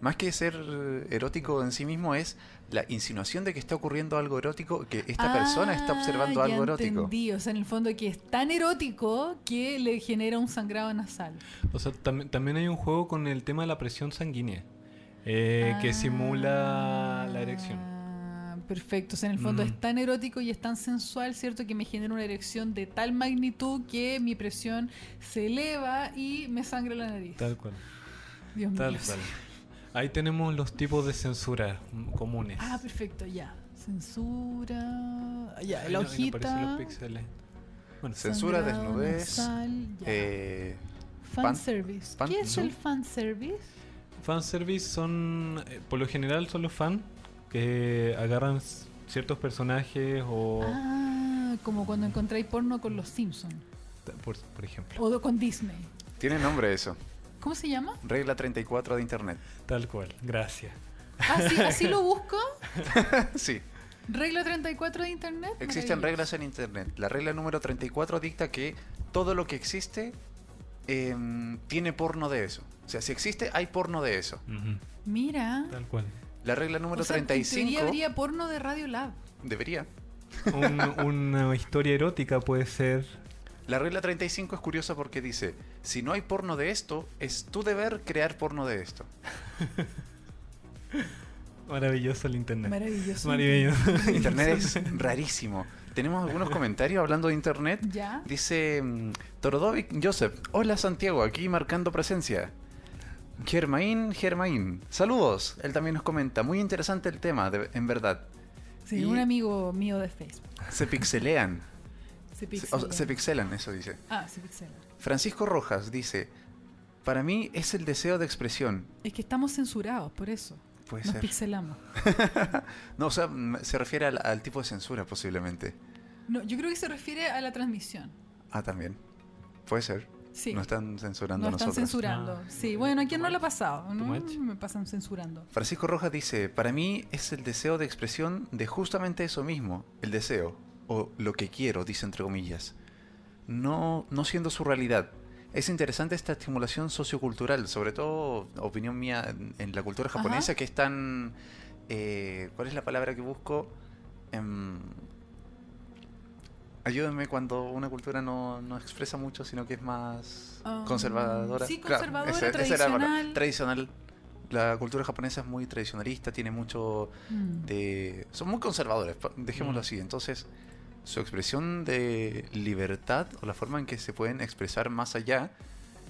D: Más que ser erótico en sí mismo es la insinuación de que está ocurriendo algo erótico, que esta persona está
B: Ah,
D: observando
B: ya
D: algo erótico.
B: Entendí, o sea, en el fondo que es tan erótico que le genera un sangrado nasal.
C: O sea, tam- también hay un juego con el tema de la presión sanguínea, eh, que simula la erección.
B: Ah, Perfecto, o sea, en el fondo
C: Mm.
B: es tan erótico y es tan sensual, ¿cierto? Que me genera una erección de tal magnitud que mi presión se eleva y me sangra la nariz.
C: Tal cual,
B: Dios
C: tal
B: mío.
C: cual. Ahí tenemos los tipos de censura mm, comunes.
B: Ah, perfecto, ya. Censura. ah, Ya,
C: Ahí
B: la
C: no- ahí no
B: hojita.
C: aparecen los píxeles. Bueno,
D: Censura,
B: sangrado
D: desnudez,
B: nasal, ya.
D: Eh, pan-
B: fanservice.
D: pan-
B: ¿Qué es
D: ¿no?
B: el fanservice?
C: fanservice son, eh, por lo general son los fans que agarran s- ciertos personajes o...
B: Ah, como cuando encontráis porno con los Simpsons.
C: Esta- por, por ejemplo.
B: O con Disney.
D: Tiene nombre eso.
B: ¿Cómo se llama?
D: Regla 34 de internet.
C: Tal cual, gracias.
B: Así, Ah, así lo busco.
D: sí.
B: Regla 34 de Internet.
D: Existen
B: maravilloso.
D: reglas en Internet. La regla número 34 dicta que todo lo que existe em, tiene porno de eso. O sea, si existe, hay porno de eso.
C: Ujú,
B: Mira.
C: Tal cual.
D: La regla número
B: O sea, en teoría
D: 35
B: habría porno de Radio Lab.
D: debería.
C: Un- una historia erótica puede ser.
D: La regla 35 es curiosa porque dice, si no hay porno de esto, es tu deber crear porno de esto.
C: Maravilloso el internet.
B: Maravilloso.
C: Maravilloso.
D: Internet es rarísimo. Tenemos algunos comentarios hablando de Internet.
B: Ya.
D: Dice mm, Torodovic Joseph. Hola Santiago, aquí marcando presencia. Germain, Germain. Saludos. Él también nos comenta. Muy interesante el tema, de- en verdad.
B: Sí,
D: Y-
B: un amigo mío de Facebook.
D: Se pixelean.
B: Se
D: Se-
B: pixela.
D: o sea, se pixelan, eso dice.
B: ah, se pixela.
D: Francisco Rojas dice. Para mí es el deseo de expresión.
B: Es que estamos censurados, por eso.
D: Puede
B: Nos
D: ser.
B: pixelamos.
D: No, o sea, mm, se refiere al, al tipo de censura posiblemente.
B: No, yo creo que se refiere a la transmisión.
D: Ah, también. Puede ser.
B: Sí.
D: Nos están censurando
B: Nos
D: a
B: están
D: nosotros.
B: censurando.
C: Ah.
B: sí, bueno, ¿a quién no le ha pasado?
C: Too
B: No,
C: much.
B: me pasan censurando.
D: Francisco Rojas dice, para mí es el deseo de expresión de justamente eso mismo, el deseo, o lo que quiero, dice entre comillas, no, no siendo su realidad. Es interesante esta estimulación sociocultural, sobre todo, opinión mía, en, en la cultura
B: Ajá.
D: japonesa, que es tan... eh, ¿Cuál es la palabra que busco? Em, ayúdenme cuando una cultura no, no expresa mucho, sino que es más
B: Ah,
D: conservadora.
B: sí,
D: Claro,
B: conservadora,
D: esa era la palabra.
B: tradicional.
D: tradicional. La cultura japonesa es muy tradicionalista, tiene mucho
B: Mm.
D: de... Son muy conservadores, pa- dejémoslo
C: Mm.
D: así. Entonces, su expresión de libertad o la forma en que se pueden expresar más allá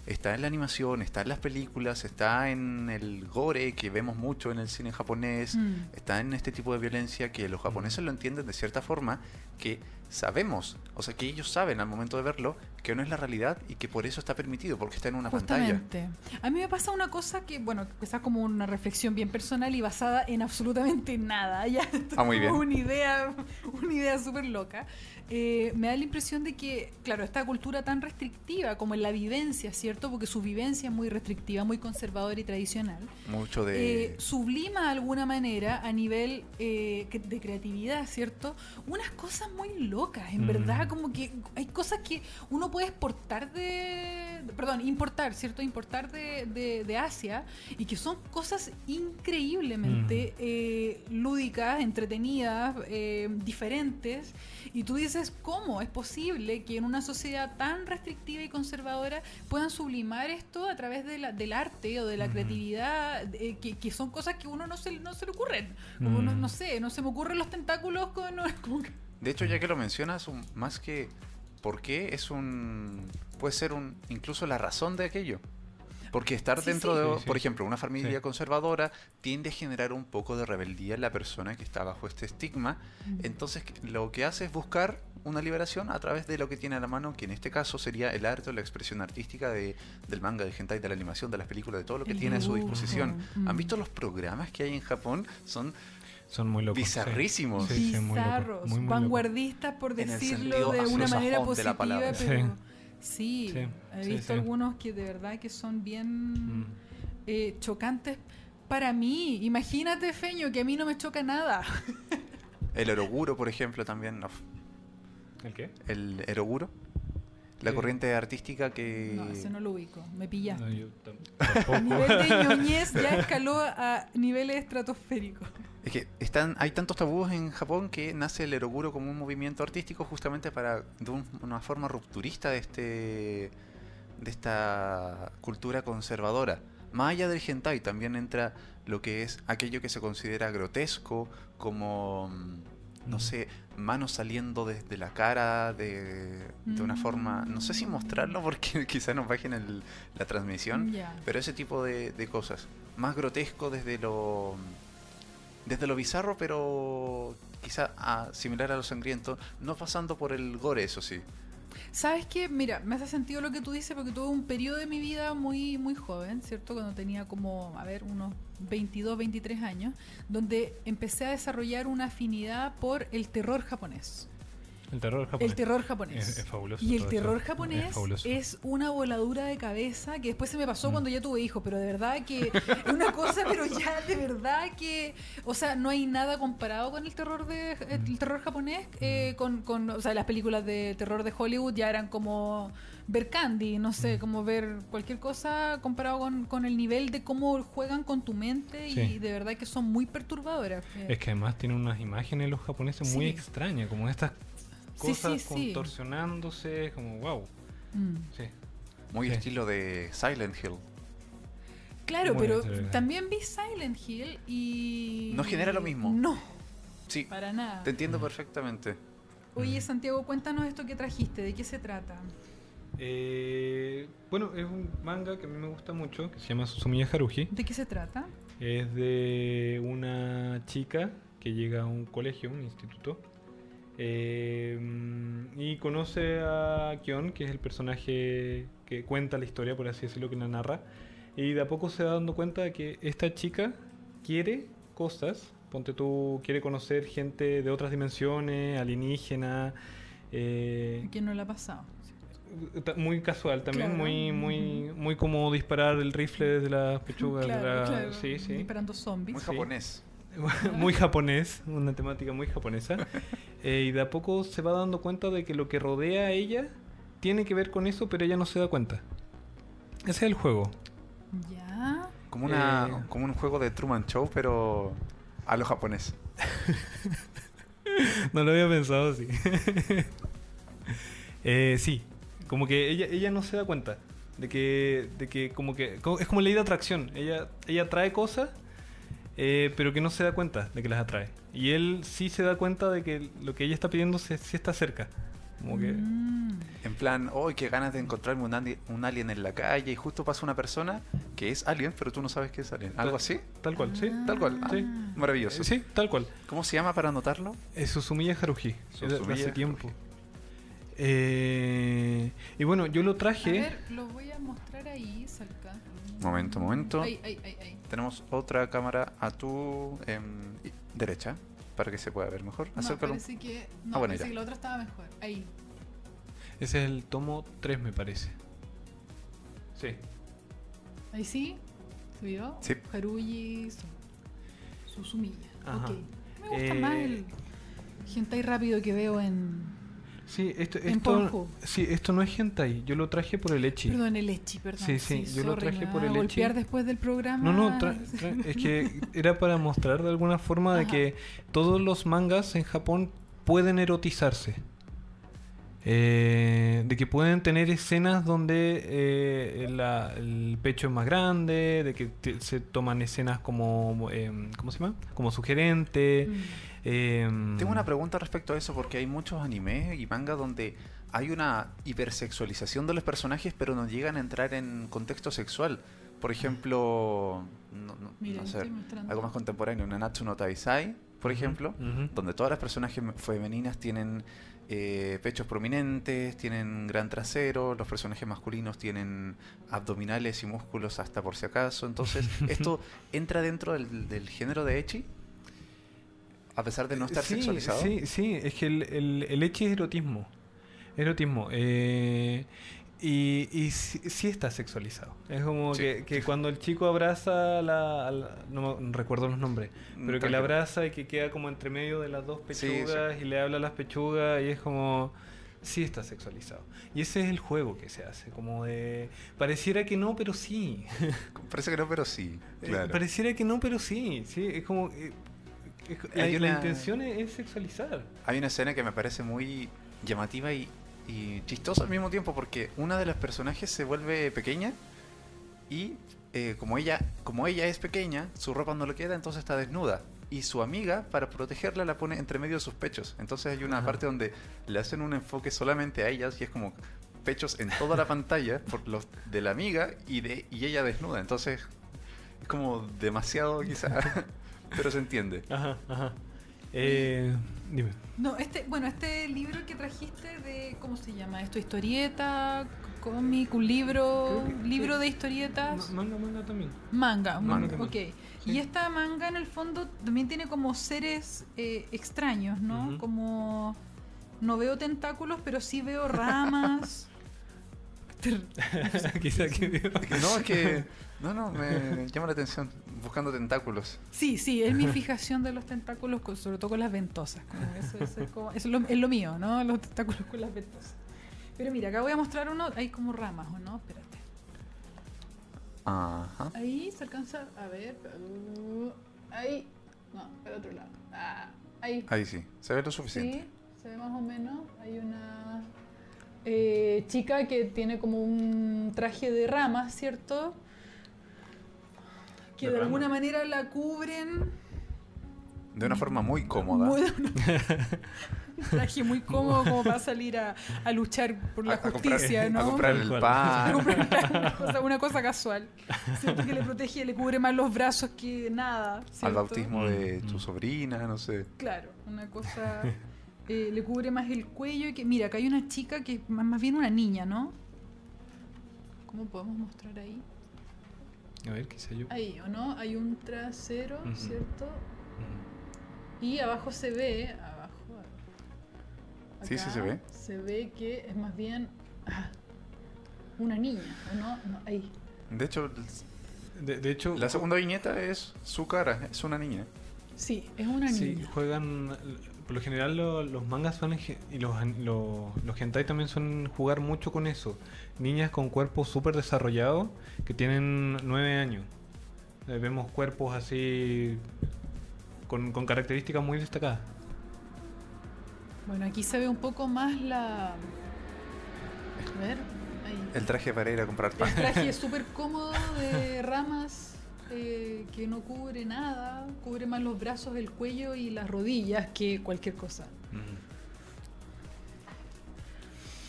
D: está en la animación, está en las películas, está en el gore que vemos mucho en el cine japonés,
B: Mm.
D: está en este tipo de violencia que los japoneses lo entienden de cierta forma que sabemos, o sea, que ellos saben al momento de verlo que no es la realidad y que por eso está permitido, porque está en una pantalla.
B: Justamente. A mí me pasa una cosa que, bueno, quizás como una reflexión bien personal y basada en absolutamente nada. Ya, Esto
D: Ah, muy
B: es como
D: bien.
B: Una idea, una idea súper loca. Eh, me da la impresión de que, claro, esta cultura tan restrictiva como en la vivencia, ¿cierto? Porque su vivencia es muy restrictiva, muy conservadora y tradicional.
D: Mucho de...
B: eh, sublima de alguna manera a nivel eh, que- de creatividad, ¿cierto? Unas cosas muy locas, en
C: Mm.
B: verdad, como que hay cosas que uno puede exportar de, de- perdón, importar, ¿cierto? Importar de, de- de Asia y que son cosas increíblemente
D: Mm.
B: eh, lúdicas, entretenidas, eh, diferentes. Y tú dices, ¿cómo es posible que en una sociedad tan restrictiva y conservadora puedan sublimar esto a través de la- del arte o de la
C: Ujú.
B: creatividad, eh, que, que son cosas que uno no se, no se le ocurren? Como
C: Mm.
B: no, no sé, no se me ocurren los tentáculos con... no, como que-
D: De hecho, ya que lo mencionas, un- más que por qué, es un. puede ser un. incluso la razón de aquello. Porque estar
B: Sí,
D: dentro
B: sí.
D: de,
C: Sí, sí.
D: por ejemplo, una familia
C: Sí.
D: conservadora tiende a generar un poco de rebeldía en la persona que está bajo este estigma. Entonces, lo que hace es buscar una liberación a través de lo que tiene a la mano, que en este caso sería el arte o la expresión artística de- del manga, del hentai, de la animación, de las películas, de todo lo que
B: El
D: tiene a su
B: dibujo.
D: disposición. ¿Han
B: Mm.
D: visto los programas que hay en Japón? Son
C: Son muy locos. sí.
D: bizarrísimos.
C: Sí, sí, muy loco,
B: Bizarros,
C: muy, muy loco.
B: vanguardistas, por
D: En el
B: decirlo
D: sentido
B: de una manera
D: anglosajón de la
B: positiva,
D: palabra.
B: pero... Sí,
C: Sí,
B: he
C: sí,
B: visto
C: sí.
B: algunos que de verdad que son bien...
C: Mm.
B: eh, chocantes para mí. Imagínate, Feño, que a mí no me choca nada.
D: El oroguro, por ejemplo, también. no,
C: ¿El qué?
D: el eroguro, la
C: Sí.
D: corriente artística que...
B: No, ese no lo ubico, me pillaste.
C: Eh, No, yo tam-
B: El
C: tampoco.
B: nivel de ñoñez ya escaló a niveles estratosféricos.
D: Es que están, hay tantos tabúes en Japón que nace el eroguro como un movimiento artístico justamente para de un- una forma rupturista de este de esta cultura conservadora. Más allá del hentai también entra lo que es aquello que se considera grotesco, como mm, no
C: Mm.
D: sé, manos saliendo desde la cara de, de una forma, no sé si mostrarlo porque quizá nos bajen el- la transmisión,
B: Ya.
D: Pero ese tipo de, de cosas. Más grotesco desde lo. Desde lo bizarro, pero quizá a- similar a lo sangriento. No pasando por el gore, eso sí.
B: ¿Sabes qué? Mira, me hace sentido lo que tú dices porque tuve un periodo de mi vida muy, muy joven, ¿cierto? Cuando tenía como, a ver, unos 22, 23 años, donde empecé a desarrollar una afinidad por el terror japonés.
C: El terror japonés.
B: El terror japonés.
C: Es- es fabuloso
B: Y el
C: todo
B: terror
C: eso. Es
B: japonés es,
C: fabuloso. Mm.
B: una voladura de cabeza que después se me pasó cuando ya tuve hijos, pero de verdad que una cosa, pero ya de verdad que, o sea, no hay nada comparado con el terror de
C: Mm.
B: el terror japonés, eh, con, con, o sea, las películas de terror de Hollywood ya eran como ver Candy, no sé,
C: Mm.
B: como ver cualquier cosa comparado con, con el nivel de cómo juegan con tu mente y,
C: Sí.
B: de verdad que son muy perturbadoras. Eh,
C: Es que además tienen unas imágenes los japoneses muy
B: Sí.
C: extrañas, como estas
B: Sí,
C: cosas
B: sí, sí.
C: contorsionándose, como wow.
B: Mm.
C: Sí.
D: Muy
C: Sí.
D: estilo de Silent Hill.
B: Claro,
C: Muy
B: pero
C: entretenida.
B: también vi Silent Hill y...
D: No genera lo mismo.
B: No,
D: Sí,
B: para nada.
D: te
C: Mm.
D: entiendo perfectamente.
B: Oye, Santiago, cuéntanos esto que trajiste, ¿de qué se trata?
C: Eh, bueno, es un manga que a mí me gusta mucho, que se llama Susumiya Haruhi.
B: ¿De qué se trata?
C: Es de una chica que llega a un colegio, un instituto, eh, y conoce a Kion, que es el personaje que cuenta la historia, por así decirlo, que la narra, y de a poco se va dando cuenta de que esta chica quiere cosas, ponte tú, quiere conocer gente de otras dimensiones, alienígena, eh,
B: ¿Quién no la ha pasado?
C: Ta- muy casual también,
B: Claro.
C: muy, muy, muy como disparar el rifle desde las pechugas. de la- uh, sí, sí.
B: Disparando
D: Muy
B: zombies.
C: Sí.
D: japonés.
C: muy japonés, una temática muy japonesa. Eh, y de a poco se va dando cuenta de que lo que rodea a ella tiene que ver con eso, pero ella no se da cuenta. Ese es el juego.
B: Ya.
D: Como, una,
C: Eh.
D: como un juego de Truman Show, pero a lo japonés.
C: No lo había pensado así. Eh, sí, como que ella, ella no se da cuenta de que, de que como que co- es como ley de atracción. Ella, ella atrae cosas, eh, pero que no se da cuenta de que las atrae. Y él sí se da cuenta de que lo que ella está pidiendo se, sí está cerca. Como que
B: Mm.
D: En plan, hoy qué ganas de encontrarme un, ali- un alien en la calle y justo pasa una persona que es alien, pero tú no sabes que es alien. ¿Algo así?
C: tal cual, sí,
B: Ah.
D: Tal cual. Ah,
C: Sí.
D: Maravilloso.
C: Eh, sí, tal cual.
D: ¿Cómo se llama para anotarlo?
C: Eh, Susumiya Haruhi, es de- de
D: Susumiya
C: hace
D: Haruhi.
C: tiempo. Eh, y bueno, yo lo
B: A
C: traje.
B: ver, lo voy a mostrar ahí, Salca.
D: Momento, momento.
B: Ay, ay, ay, ay.
D: Tenemos otra cámara a tu em, i- derecha para que se pueda ver mejor.
B: No,
D: Acércalo.
B: parece que, no,
D: Ah, bueno,
B: parece
D: ya.
B: que la otra estaba mejor. Ahí.
C: Ese es el tomo 3, me parece. Sí.
B: Ahí sí. ¿Se vio?
D: Sí.
B: Haruji Su- Susumiya.
C: Ajá.
B: Ok. Me gusta más
C: Eh,
B: el hentai rápido que veo en...
C: Sí, esto,
B: En
C: esto,
B: Pornhub.
C: sí, esto no es hentai. Yo lo traje por el echi.
B: Perdón, el Echi, perdón.
C: Sí, sí, yo lo traje
B: me van
C: por
B: a
C: el
B: golpear
C: Echi.
B: después del programa.
C: No, no, tra- tra- es que era para mostrar de alguna forma de
B: Ajá.
C: que todos los mangas en Japón pueden erotizarse. Eh, de que pueden tener escenas donde eh, la- el pecho es más grande, de que te- se toman escenas como, em, ¿cómo se llama? Como sugerente.
B: Mm.
C: em,
D: Tengo una pregunta respecto a eso porque hay muchos animes y mangas donde hay una hipersexualización de los personajes pero no llegan a entrar en contexto sexual. Por ejemplo, no, no-
B: Mira,
D: no
B: yo
D: sé,
B: estoy mostrando.
D: algo más contemporáneo, Nanatsu no Taizai, por ejemplo,
C: Ujú.
D: donde todas las personajes me- femeninas tienen eh, pechos prominentes, tienen gran trasero, los personajes masculinos tienen abdominales y músculos hasta por si acaso. Entonces, ¿esto entra dentro del, del género de Echi? A pesar de no estar
C: sí,
D: sexualizado.
C: Sí, sí, es que el, el, el echi es erotismo. Erotismo. eh, y y sí, sí está sexualizado. Es como
D: Sí.
C: que, que cuando el chico abraza a la, a la- No me- no recuerdo los nombres.
D: Mm,
C: Pero que la
D: tranquilo.
C: abraza y que queda como entre medio de las dos
D: Sí, sí.
C: pechugas y le habla a las pechugas y es como. Sí está sexualizado. Y ese es el juego que se hace. Como de. Pareciera que no, pero sí.
D: Parece que no, pero sí.
C: Eh,
D: Claro.
C: Pareciera que no, pero sí. Sí, es como. eh, es- la,
D: Hay
C: la
D: una-
C: intención es- es sexualizar.
D: Hay una escena que me parece muy llamativa y, y chistosa al mismo tiempo porque una de las personajes se vuelve pequeña y eh, como, ella, como ella es pequeña, su ropa no le queda, entonces está desnuda. Y su amiga, para protegerla, la pone entre medio de sus pechos. Entonces hay una
C: Ajá.
D: parte donde le hacen un enfoque solamente a ellas y es como pechos en toda la pantalla por los de la amiga y, de, y ella desnuda. Entonces es como demasiado quizá, pero se entiende.
C: Ajá, ajá. Eh, dime.
B: No, este, bueno, este libro que trajiste de, ¿cómo se llama esto? ¿Historieta? ¿Cómic? ¿Un libro?
C: Creo que-
B: ¿Libro de historietas?
C: Manga, manga también.
B: Manga, un-
D: Manga.
B: ok. Y esta manga en el fondo también tiene como seres eh, extraños, ¿no?
C: Ujú.
B: Como No veo tentáculos, pero sí veo ramas. Ter-
C: Quizá que
D: No, es que. No, no, me llama la atención. Buscando tentáculos.
B: Sí, sí, es mi fijación de los tentáculos, con- sobre todo con las ventosas. como eso, eso es, como- eso es lo, es lo mío, ¿no? Los tentáculos con las ventosas. Pero mira, acá voy a mostrar uno, hay como ramas, ¿o no? Espérate.
D: Ajá.
B: Ahí se alcanza a ver. uh, ahí. No, para otro lado. Ah, ahí.
D: Ahí sí. Se ve lo
B: Sí,
D: suficiente.
B: se ve más o menos. Hay una eh, chica que tiene como un traje de ramas, ¿cierto? Que
C: De
B: de,
C: rama.
B: alguna manera la cubren.
D: De una forma muy cómoda.
B: Muy- un traje muy cómodo como para salir a, a luchar por la
D: A- a comprar-
B: justicia, ¿no?
D: A comprar
C: Tal
D: el
C: cual.
B: A
D: pan.
B: comprar una cosa, una cosa casual. Siento que le protege, le cubre más los brazos que nada.
D: Al
B: ¿cierto?
D: bautismo de
C: Mm,
D: tu
C: mm.
D: sobrina, no sé.
B: Claro, una cosa eh, le cubre más el cuello y que mira, acá hay una chica que es más, más bien una niña, ¿no? ¿Cómo podemos mostrar ahí?
C: A ver, quizá yo.
B: Ahí, ¿o no? Hay un trasero,
C: Ujú.
B: ¿cierto?
C: Mm.
B: Y abajo se ve, abajo. a ver.
D: Sí, sí
B: Acá
D: se ve.
B: Se ve que es más bien ah, una niña, ¿o no? No, ahí.
D: De hecho,
C: De, de hecho,
D: la segunda viñeta es su cara. Es una niña.
B: Sí, es una
C: sí,
B: niña.
C: juegan. Por lo general, lo- los mangas son. en ge- Y los, an- lo- los hentai también son jugar mucho con eso. Niñas con cuerpos súper desarrollados que tienen nueve años. Eh, vemos cuerpos así. Con, con características muy destacadas.
B: Bueno, aquí se ve un poco más la. A ver, ahí.
D: El traje para ir a comprar pan.
B: El traje es súper cómodo de ramas eh, que no cubre nada, cubre más los brazos, el cuello y las rodillas que cualquier cosa.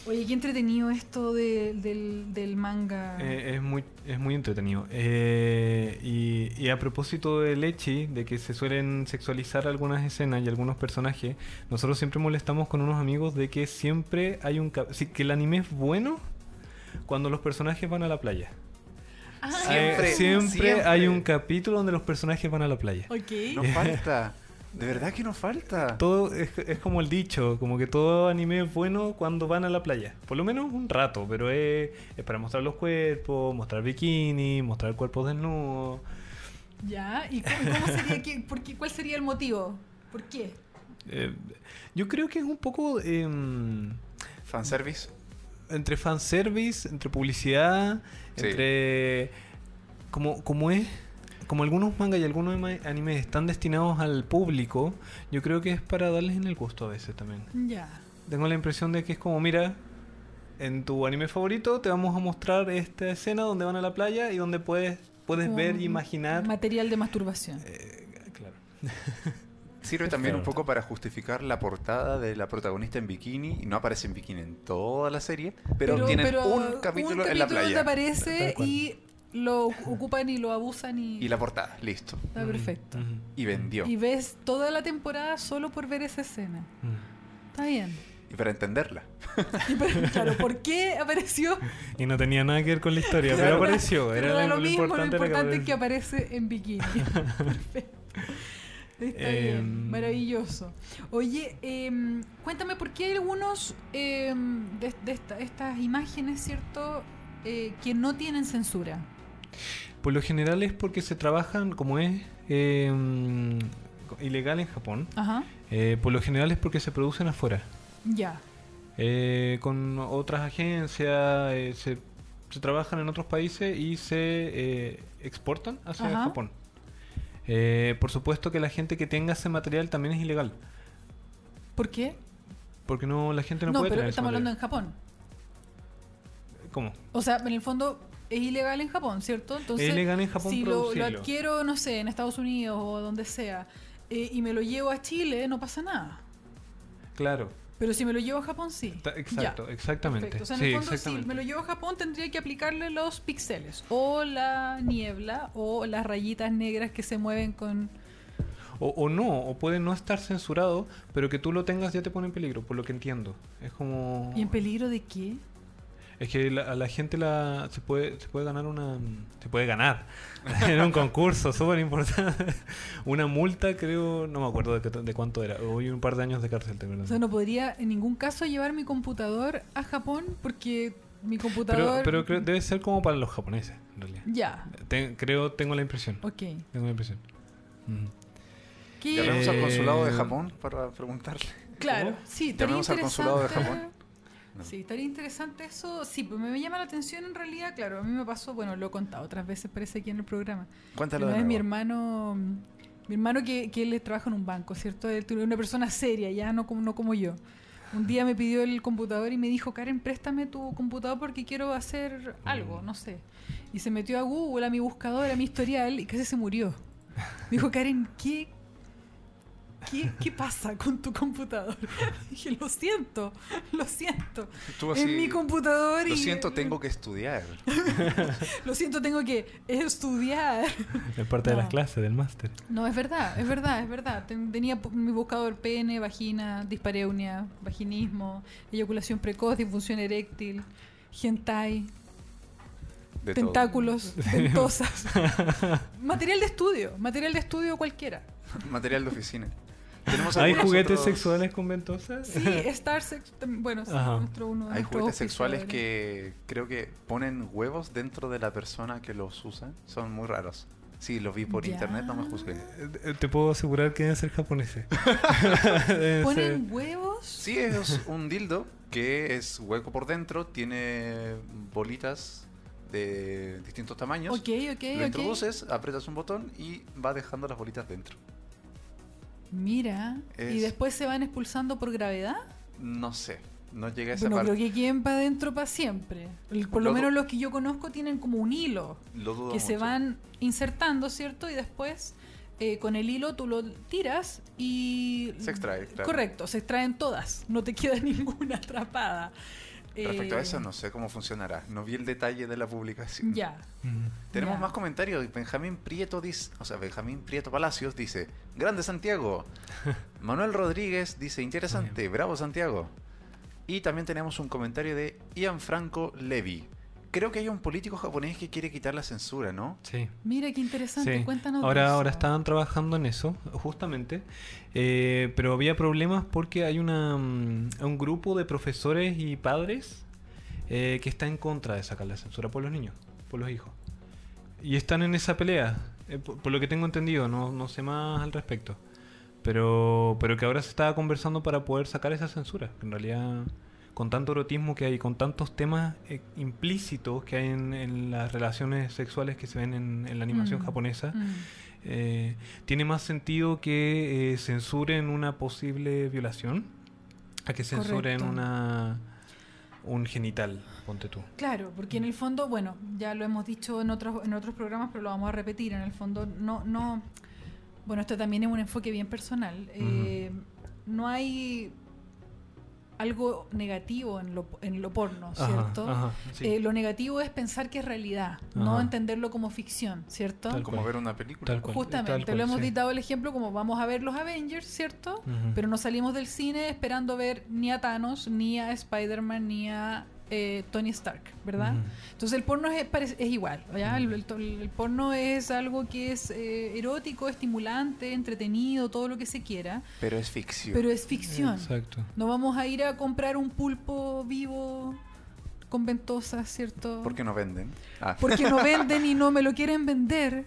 B: Oye, qué entretenido esto de- del, del manga.
C: Eh, es, muy, es muy entretenido. Eh, y, y a propósito del Echi, de que se suelen sexualizar algunas escenas y algunos personajes, nosotros siempre molestamos con unos amigos de que siempre hay un... cap- sí, que el anime es bueno cuando los personajes van a la playa.
B: Ah,
D: Siempre,
C: Eh, siempre, Eh,
D: siempre.
C: hay un capítulo donde los personajes van a la playa.
B: ok.
D: Nos falta. De verdad que nos falta.
C: Todo es, es como el dicho, como que todo anime es bueno cuando van a la playa. Por lo menos un rato, pero es, es para mostrar los cuerpos, mostrar bikini, mostrar cuerpos desnudos.
B: Ya, ¿y cómo, cómo sería que, por qué- cuál sería el motivo? ¿Por qué?
C: Eh, yo creo que es un poco eh,
D: Fanservice.
C: entre fanservice, entre publicidad,
D: Sí.
C: entre. Como, como es. Como algunos mangas y algunos anima- animes están destinados al público, yo creo que es para darles en el gusto a veces también.
B: Ya.
C: Tengo la impresión de que es como, mira, en tu anime favorito te vamos a mostrar esta escena donde van a la playa y donde puedes, puedes
B: Como
C: ver y imaginar.
B: Material de masturbación.
C: Eh, claro.
D: Sirve también un
C: Claro.
D: poco para justificar la portada de la protagonista en bikini. Y no aparece en bikini en toda la serie, pero, tienen un, capítulo en la
B: donde
D: playa.
B: aparece
C: Tal cual.
B: y lo ocupan y lo abusan y.
D: Y la portada, listo.
B: Está perfecto.
C: Ujú,
D: Y vendió.
B: Y
D: Y,
B: ves toda la temporada solo por ver esa escena.
C: ujú.
B: Está bien.
D: para entenderla.
B: Y pero, claro, ¿por qué apareció?
C: Y no tenía nada que ver con la historia,
B: Claro.
C: pero apareció. Era
B: Pero da
C: lo,
B: lo, mismo,
C: importante,
B: lo
C: era
B: importante es que
C: que apareció.
B: aparece en bikini. Perfecto. Está
C: Eh,
B: bien, maravilloso. Oye, em, cuéntame, ¿por qué hay algunos em, de, de esta- estas imágenes, cierto, eh, que no tienen censura?
C: Por lo general es porque se trabajan, como es eh, mm, ilegal en Japón,
B: Ajá,
C: eh, por lo general es porque se producen afuera.
B: ya.
C: eh, con otras agencias, eh, se, se trabajan en otros países y se eh, exportan hacia
B: Ajá.
C: Japón. Eh, por supuesto que la gente que tenga ese material también es ilegal,
B: ¿Por qué?
C: porque no la gente
B: No,
C: no, puede
B: pero
C: tener ese
B: estamos hablando en
C: material.
B: Japón.
C: ¿Cómo?
B: O sea, en el fondo es ilegal en Japón, ¿cierto? Entonces,
C: es ilegal en Japón
B: si lo, lo
C: producirlo.
B: adquiero, no sé, en Estados Unidos o donde sea, eh, y me lo llevo a Chile, no pasa nada.
C: Claro,
B: Pero si me lo llevo a Japón, sí.
C: ta- exacto,
B: Ya.
C: exactamente.
B: Perfecto. O sea, en
C: Sí,
B: el fondo, si
C: exactamente.
B: me lo llevo a Japón, tendría que aplicarle los píxeles, o la niebla, o las rayitas negras que se mueven con.
C: O, o no, o puede no estar censurado, Oh. pero que tú lo tengas ya te pone en peligro, por lo que entiendo. Es como...
B: ¿Y en peligro de qué?
C: Es que la- a la gente la, se, puede, se puede ganar una... Se puede ganar en un concurso súper importante. Una multa, creo, no me acuerdo de, qué- de cuánto era. Hoy un par de años de cárcel, te
B: O sea, no podría en ningún caso llevar mi computador a Japón porque mi
C: Pero,
B: computador...
C: pero creo- debe ser como para los japoneses, en realidad.
B: Ya,
C: Ten- creo, tengo la impresión.
B: ok.
C: Tengo la impresión. Mm.
B: ¿Qué-
D: Llamemos
C: Eh,
D: al consulado de Japón para preguntarle.
B: Claro,
C: ¿Cómo?
B: sí, estaría
D: Llamemos al
B: interesante.
D: consulado de Japón.
B: Sí, estaría interesante eso. Sí, pues me llama la atención en realidad, claro, a mí me pasó, bueno, lo he contado otras veces, parece aquí en el programa.
D: Cuéntalo
B: Una
D: de
B: vez
D: nuevo.
B: mi hermano, mi hermano que, que él trabaja en un banco, ¿cierto? Él es una persona seria, ya no como, no como yo. Un día me pidió el computador y me dijo, Karen, préstame tu computador porque quiero hacer
D: Mm.
B: algo, no sé. Y se metió a Google, a mi buscador, a mi historial y casi se murió. Me dijo, Karen, ¿qué, qué, qué pasa con tu computador? dije, lo siento, lo siento.
D: Tú
B: es
D: así,
B: mi computador y...
D: Pues Lo siento, tengo que estudiar.
B: Lo siento, tengo que estudiar.
C: Es parte de
B: No.
C: las clases, del máster.
B: No, es verdad, es verdad, es verdad. Ten- Tenía pu- mi buscador pene, vagina, dispareunia, vaginismo, eyaculación precoz, disfunción eréctil, hentai,
D: De todo.
B: tentáculos, ventosas. material de estudio, material de estudio cualquiera.
D: Material de oficina. Tenemos
C: ¿Hay
D: algunos
C: juguetes
D: otros-
C: sexuales con ventosas?
B: Sí, Star Sex, tam- bueno, sí,
C: Ajá.
B: nuestro uno de
D: Hay
B: nuestros
D: juguetes sexuales
B: auspiciadores.
D: que creo que ponen huevos dentro de la persona que los usa. Son muy raros. Sí, los vi por
B: Ya.
D: internet, no me juzgué.
C: Eh, Te puedo asegurar que deben ser japoneses. Deben ser-
B: ¿Ponen huevos?
D: Sí, es un dildo que es hueco por dentro, tiene bolitas de distintos tamaños.
B: Ok, ok,
D: Lo
B: ok.
D: introduces, aprietas un botón y va dejando las bolitas dentro.
B: Mira, y
D: Es-
B: después se van expulsando por gravedad.
D: No sé, no llegué a esa
B: Bueno, creo
D: parte.
B: que queden para adentro para siempre. El- por lo
D: Lo-
B: menos los que yo conozco tienen como un hilo
D: Lo dudo
B: que se
D: mucho.
B: van insertando, ¿cierto? Y después eh, con el hilo tú lo tiras y...
D: Se extrae, claro.
B: Correcto, se extraen todas, no te queda ninguna atrapada.
D: Respecto a
B: Eh,
D: eso, no sé cómo funcionará. No vi el detalle de la publicación.
B: Ya.
C: Mm.
D: Tenemos
B: ya.
D: más comentarios. Benjamín Prieto dice, o sea, Benjamín Prieto Palacios dice, grande Santiago. Manuel Rodríguez dice, interesante, bravo Santiago. Y también tenemos un comentario de Ian Franco Levy. Creo que hay un político japonés que quiere quitar la censura, ¿no?
C: Sí.
B: Mira qué interesante,
C: Sí.
B: cuéntanos. de
C: Ahora,
B: eso.
C: ahora estaban trabajando en eso, justamente. Eh, pero había problemas porque hay una, mm, un grupo de profesores y padres eh, que está en contra de sacar la censura por los niños, por los hijos. Y están en esa pelea, eh, por, por lo que tengo entendido, no, no sé más al respecto. Pero, pero que ahora se estaba conversando para poder sacar esa censura. que En realidad, con tanto erotismo que hay, con tantos temas eh, implícitos que hay en, en las relaciones sexuales que se ven en, en la animación
B: Mm.
C: japonesa,
B: Mm.
C: eh, tiene más sentido que eh, censuren una posible violación a que censuren
B: Correcto.
C: una un genital, ponte tú.
B: Claro, porque en el fondo, bueno, ya lo hemos dicho en otros, en otros programas, pero lo vamos a repetir. En el fondo, no, no. Bueno, esto también es un enfoque bien personal. Eh, no hay algo negativo en lo, en lo porno, ¿cierto?
C: Ajá, ajá, sí.
B: Eh, lo negativo es pensar que es realidad, no
C: Ajá.
B: entenderlo como ficción, ¿cierto?
C: Tal
D: Como
C: cual.
D: ver una película.
C: Tal cual,
B: Justamente,
C: tal cual,
B: lo hemos
C: sí. Mm.
B: dictado el ejemplo como vamos a ver los Avengers, ¿cierto?
C: Ujú.
B: Pero no salimos del cine esperando ver ni a Thanos, ni a Spider-Man, ni a eh, Tony Stark, ¿verdad?
C: Ujú.
B: Entonces el porno es, parec- es igual, ¿ya? El, el to- el porno es algo que es eh, erótico, estimulante, entretenido, todo lo que se quiera,
D: Pero es ficción.
B: pero es ficción.
C: Exacto.
B: No vamos a ir a comprar un pulpo vivo con ventosas, ¿cierto?
D: ¿Por qué no venden? Ah,
B: Porque no venden y no me lo quieren vender.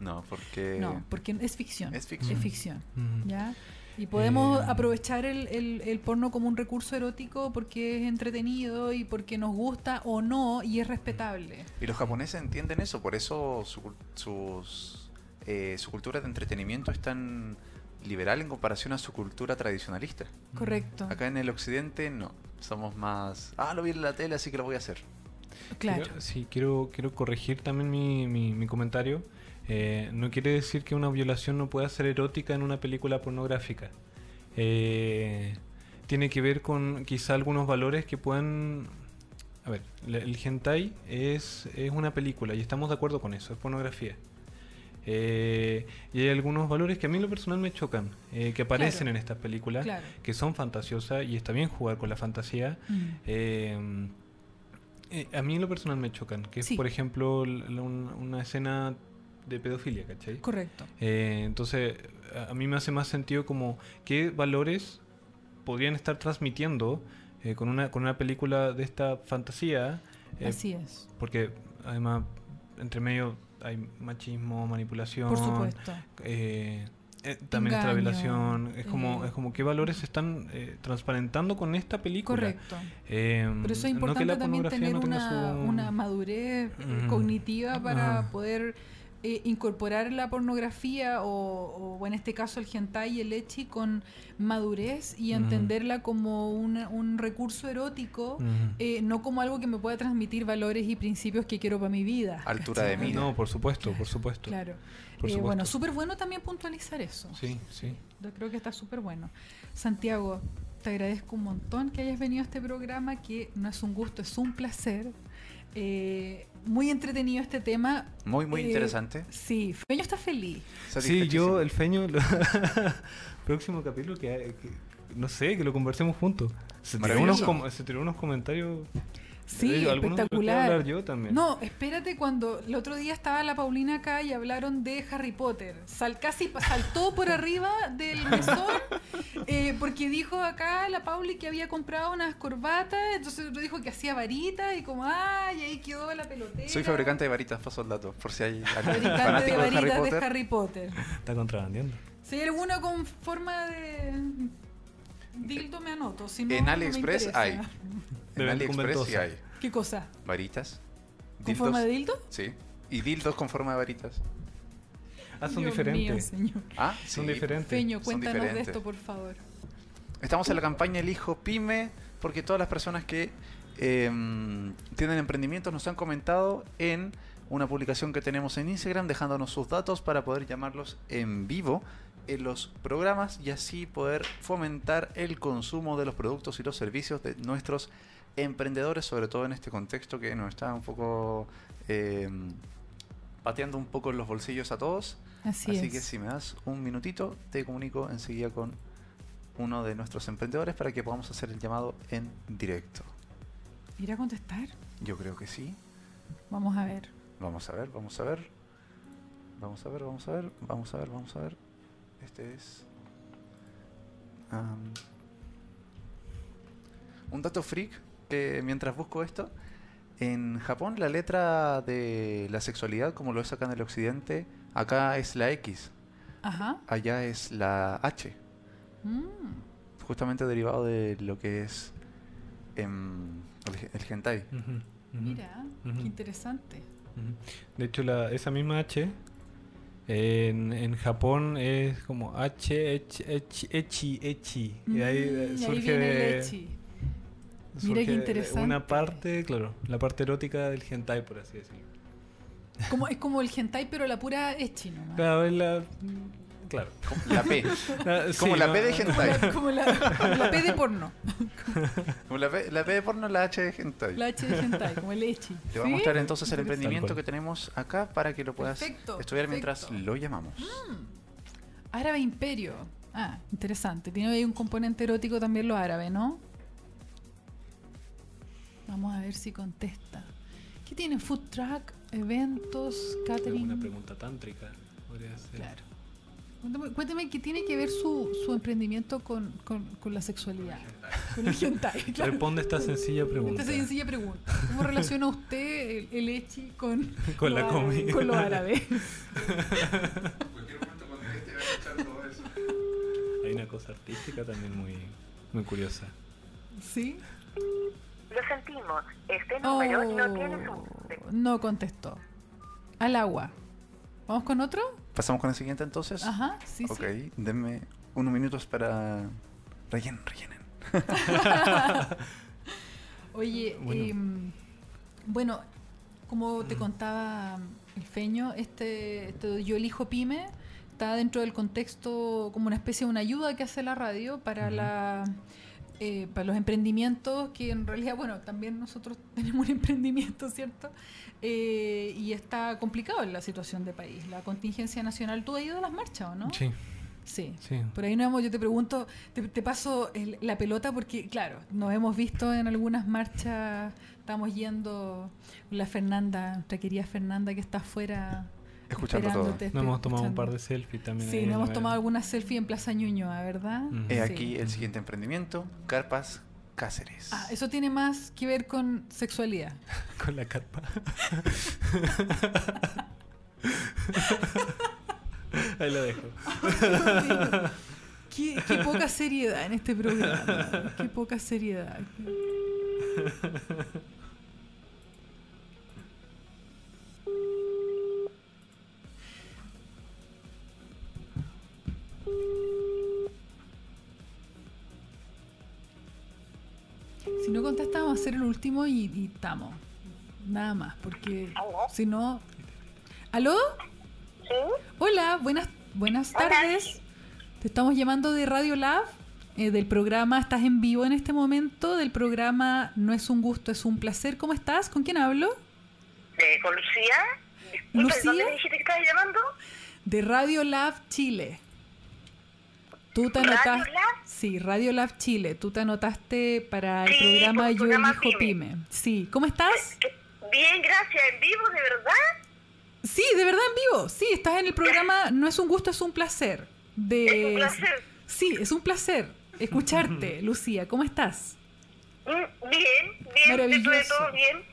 D: no, porque
B: No, porque es ficción.
D: es ficción.
B: Es ficción.
C: Ujú.
B: ¿Ya? Y podemos
C: Eh,
B: aprovechar el, el- el porno como un recurso erótico porque es entretenido y porque nos gusta o no y es respetable.
D: Y los japoneses entienden eso, por eso su, cul- sus, eh, su cultura de entretenimiento es tan liberal en comparación a su cultura tradicionalista.
B: Correcto.
D: Mm. Acá en el occidente no, somos más... Ah, lo vi en la tele, así que lo voy a hacer.
B: Claro.
C: Quiero- sí, quiero, quiero corregir también mi, mi- mi comentario. Eh, no quiere decir que una violación no pueda ser erótica en una película pornográfica. Eh, tiene que ver con quizá algunos valores que puedan... A ver, la- el hentai es, es una película y estamos de acuerdo con eso, es pornografía. Eh, y hay algunos valores que a mí en lo personal me chocan, eh, que aparecen
B: Claro.
C: en estas películas,
B: Claro.
C: que son fantasiosas y está bien jugar con la fantasía,
B: Mm.
C: eh, eh, a mí en lo personal me chocan, que
B: Sí.
C: es, por ejemplo, l- la- un- una escena de pedofilia, ¿cachai?
B: Correcto.
C: Eh, entonces, a, a mí me hace más sentido como qué valores podrían estar transmitiendo eh, con, una, con una película de esta fantasía. eh,
B: Así es.
C: porque además, entre medio hay machismo, manipulación.
B: Por supuesto.
C: eh, eh, también esta
B: Engaño,
C: violación. Es como,
B: eh.
C: es como qué valores se están eh, transparentando con esta película.
B: Correcto.
C: Eh,
B: Pero eso es
C: no que
B: importante
C: la
B: también
C: pornografía
B: tener
C: no tenga
B: una,
C: su-
B: una madurez eh,
C: Mm.
B: cognitiva para
C: Ah.
B: poder eh, incorporar la pornografía o, o en este caso el hentai y el echi con madurez y
C: Ujú.
B: entenderla como una- un recurso erótico,
C: Ujú.
B: eh, no como algo que me pueda transmitir valores y principios que quiero para mi vida.
D: Altura de
B: ¿cachai?
D: mira.
C: No, por supuesto, por supuesto.
B: Claro.
C: Por
B: Eh, bueno,
C: supuesto.
B: súper bueno también puntualizar eso.
C: Sí, sí.
B: Yo creo que está súper bueno. Santiago, te agradezco un montón que hayas venido a este programa, que no es un gusto, es un placer. Eh, muy entretenido este tema.
D: Muy, muy
B: Eh,
D: interesante.
B: Sí, Feño está feliz.
C: Sí,
D: Satisfechísimo.
C: yo, el feño, lo- próximo capítulo que, eh, que- no sé, que lo conversemos juntos. Se tiró, unos,
D: Maravilloso.
C: com- se tiró unos comentarios.
B: Sí,
C: eh, algunos de los que voy a
B: espectacular.
C: hablar yo también.
B: No, espérate cuando el otro día estaba la Paulina acá y hablaron de Harry Potter. Sal, casi pa- saltó por arriba del mesón eh, porque dijo acá la Pauli que había comprado unas corbatas, entonces el otro dijo que hacía varitas y como, ay, ahí quedó la pelotera.
D: Soy fabricante de varitas, paso el dato, por si hay alguien
B: fabricante de
D: fanático de,
B: varitas
D: Harry Potter.
B: de Harry Potter.
C: Está contrabandeando.
B: Si hay alguna con forma de dildo me anoto, si no,
D: En
B: no me
D: AliExpress
B: interesa.
D: hay. En
C: De
D: AliExpress sí
C: conventosa.
D: hay
B: ¿Qué cosa?
D: varitas.
B: ¿Con
D: dildos,
B: forma de dildo?
D: Sí. Y dildos con forma de varitas.
C: Ah, son
B: Dios mío,
C: diferentes.
B: señor.
D: Ah, sí.
C: Son diferentes.
B: Feño,
D: Son
B: cuéntanos de
D: diferentes.
B: esto, por favor.
D: Estamos en la campaña Elijo Pyme porque todas las personas que em, tienen emprendimientos nos han comentado en una publicación que tenemos en Instagram dejándonos sus datos para poder llamarlos en vivo en los programas y así poder fomentar el consumo de los productos y los servicios de nuestros emprendedores, sobre todo en este contexto que nos está un poco em, pateando un poco en los bolsillos a todos.
B: Así,
D: Así
B: es.
D: que si me das un minutito, te comunico enseguida con uno de nuestros emprendedores para que podamos hacer el llamado en directo.
B: ¿Ir a contestar?
D: Yo creo que sí.
B: Vamos a ver.
D: Vamos a ver, vamos a ver. Vamos a ver, vamos a ver, vamos a ver, vamos a ver. Este es... am, un dato freak que mientras busco esto, en Japón la letra de la sexualidad, como lo es acá en el occidente, acá es la X,
B: Ajá.
D: allá es la H.
B: Mm.
D: justamente derivado de lo que es em, el, ge- el hentai.
C: Ujú, ujú,
B: Mira,
C: Ujú.
B: qué interesante.
C: ujú. De hecho, la, esa misma H en, en Japón es como H, H, H, Echi, Echi. Y ahí
B: Mm,
C: eh,
B: ahí
C: surge
B: viene
C: de-
B: el echi. Mira qué
C: surge de
B: interesante.
C: Una parte, claro, la parte erótica del hentai, por así decirlo.
B: Ah. Como, es como el hentai, pero la pura echi nomás.
C: Claro, es la. Claro.
D: Como La P.
C: Ah,
D: Como
C: sí,
D: la
C: no,
D: P de
B: Como la,
D: hentai.
B: como la- como la P de porno.
D: Como la, P, la P de porno, la H de hentai.
B: La H de hentai, como el echi.
D: Te voy a mostrar entonces el
B: Interesante.
D: emprendimiento
C: Tal
D: que
C: cual.
D: tenemos acá para que lo puedas
B: Perfecto,
D: estudiar mientras
B: perfecto.
D: lo llamamos.
B: Árabe Imperio. Ah, interesante. Tiene ahí un componente erótico también lo árabe, ¿no? Vamos a ver si contesta. ¿Qué tiene? Food truck, eventos,
C: Una
B: catering.
C: pregunta tántrica. podría ser.
B: Claro. Cuéntame, cuéntame qué tiene que ver su, su emprendimiento con, con- con la sexualidad. Con el hentai. claro.
C: Responde esta sencilla pregunta.
B: Esta sencilla pregunta. ¿Cómo relaciona usted el, el echi con,
C: Con la
B: lo-
C: comida.
B: Con lo árabe.
C: Hay una cosa artística también muy, muy curiosa.
B: ¿Sí?
E: Lo sentimos, este
B: Oh,
E: número no tiene su...
B: no contestó. Al agua. ¿Vamos con otro?
D: Pasamos con el siguiente entonces.
B: Ajá, sí,
D: ok,
B: sí.
D: denme unos minutos para. Rellenen, rellenen.
B: Oye, em, bueno.
C: Bueno.
B: como te contaba el feño, este, este Yo elijo pyme está dentro del contexto como una especie de una ayuda que hace la radio para
C: Ujú.
B: la... eh, para los emprendimientos, que en realidad, bueno, también nosotros tenemos un emprendimiento, ¿cierto? Eh, y está complicado la situación de país, la contingencia nacional. ¿Tú has ido a las marchas o no?
C: Sí.
B: Sí.
C: Sí.
B: Por ahí nos hemos, yo te pregunto, te, te paso el- la pelota porque, claro, nos hemos visto en algunas marchas, estamos yendo con la Fernanda, nuestra querida Fernanda que está afuera.
D: Escuchando todo.
B: esperándote,
C: Nos hemos tomado un par de
B: escuchando.
C: selfies también.
B: Sí,
C: ahí en
B: nos hemos
C: la-
B: tomado alguna selfie en Plaza Ñuñoa, ¿verdad?
C: Ujú.
D: He
B: Sí.
D: aquí el siguiente emprendimiento, Carpas Cáceres.
B: Ah, eso tiene más que ver con sexualidad.
C: Con la carpa. Ahí lo dejo.
B: qué, qué poca seriedad en este programa. Qué poca seriedad. Si no contestas, vamos a hacer el último y, y estamos. Nada más, porque
E: ¿Aló?
B: si no. ¿Aló?
E: ¿Sí?
B: Hola, buenas, buenas
E: Hola.
B: tardes. Te estamos llamando de Radio Lab, eh, del programa, estás en vivo en este momento, del programa No es un gusto, es un placer. ¿Cómo estás? ¿Con quién hablo?
E: ¿De, ¿Con Lucía? Disculpa,
B: ¿Lucía?
E: ¿Dónde me dijiste que estabas llamando?
B: De Radio Lab Chile. Tú te
E: ¿Radio
B: anotas-
E: Lab?
B: Sí, Radio Lab Chile. Tú te anotaste para el
E: Sí,
B: programa
E: por el
B: Yo
E: programa
B: elijo
E: Pyme. Eh,
B: Pyme. Sí, ¿cómo estás?
E: ¿Qué? Bien, gracias. ¿En vivo, de verdad?
B: Sí, de verdad en vivo. Sí, estás en el programa No es un gusto, es un placer. De...
E: Es un placer.
B: Sí, es un placer escucharte, Lucía. ¿Cómo estás?
E: Mm, Bien, bien. Dentro de
B: Maravilloso.
E: todo, bien.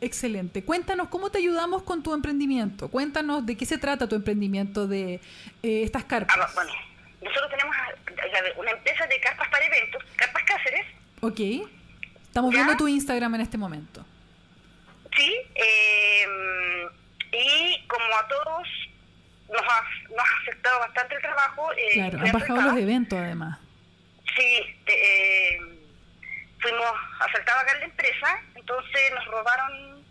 B: Excelente. Cuéntanos cómo te ayudamos con tu emprendimiento. Cuéntanos de qué se trata tu emprendimiento de eh, estas
E: Ah, va-
B: carpas.
E: bueno, nosotros tenemos a- a ver, una empresa de carpas para eventos, Carpas Cáceres.
B: Ok. Estamos
E: ¿Ya?
B: viendo tu Instagram en este momento.
E: Sí, eh, y como a todos nos ha, nos ha afectado bastante el trabajo. eh,
B: Claro,
E: fui
B: han bajado
E: afectada.
B: los eventos además.
E: Sí, te- eh, fuimos asaltados acá en la empresa, entonces nos robaron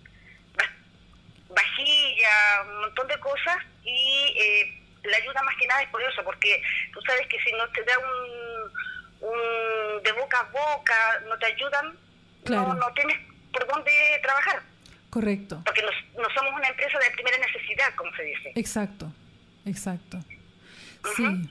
E: va- vajilla, un montón de cosas y eh, la ayuda más que nada es por eso, porque tú sabes que si no te da un, un de boca a boca, no te ayudan,
B: Claro.
E: no, no tienes por dónde trabajar,
B: Correcto.
E: porque nos- no somos una empresa de primera necesidad, como se dice.
B: Exacto. Exacto.
E: Ajá.
B: Sí.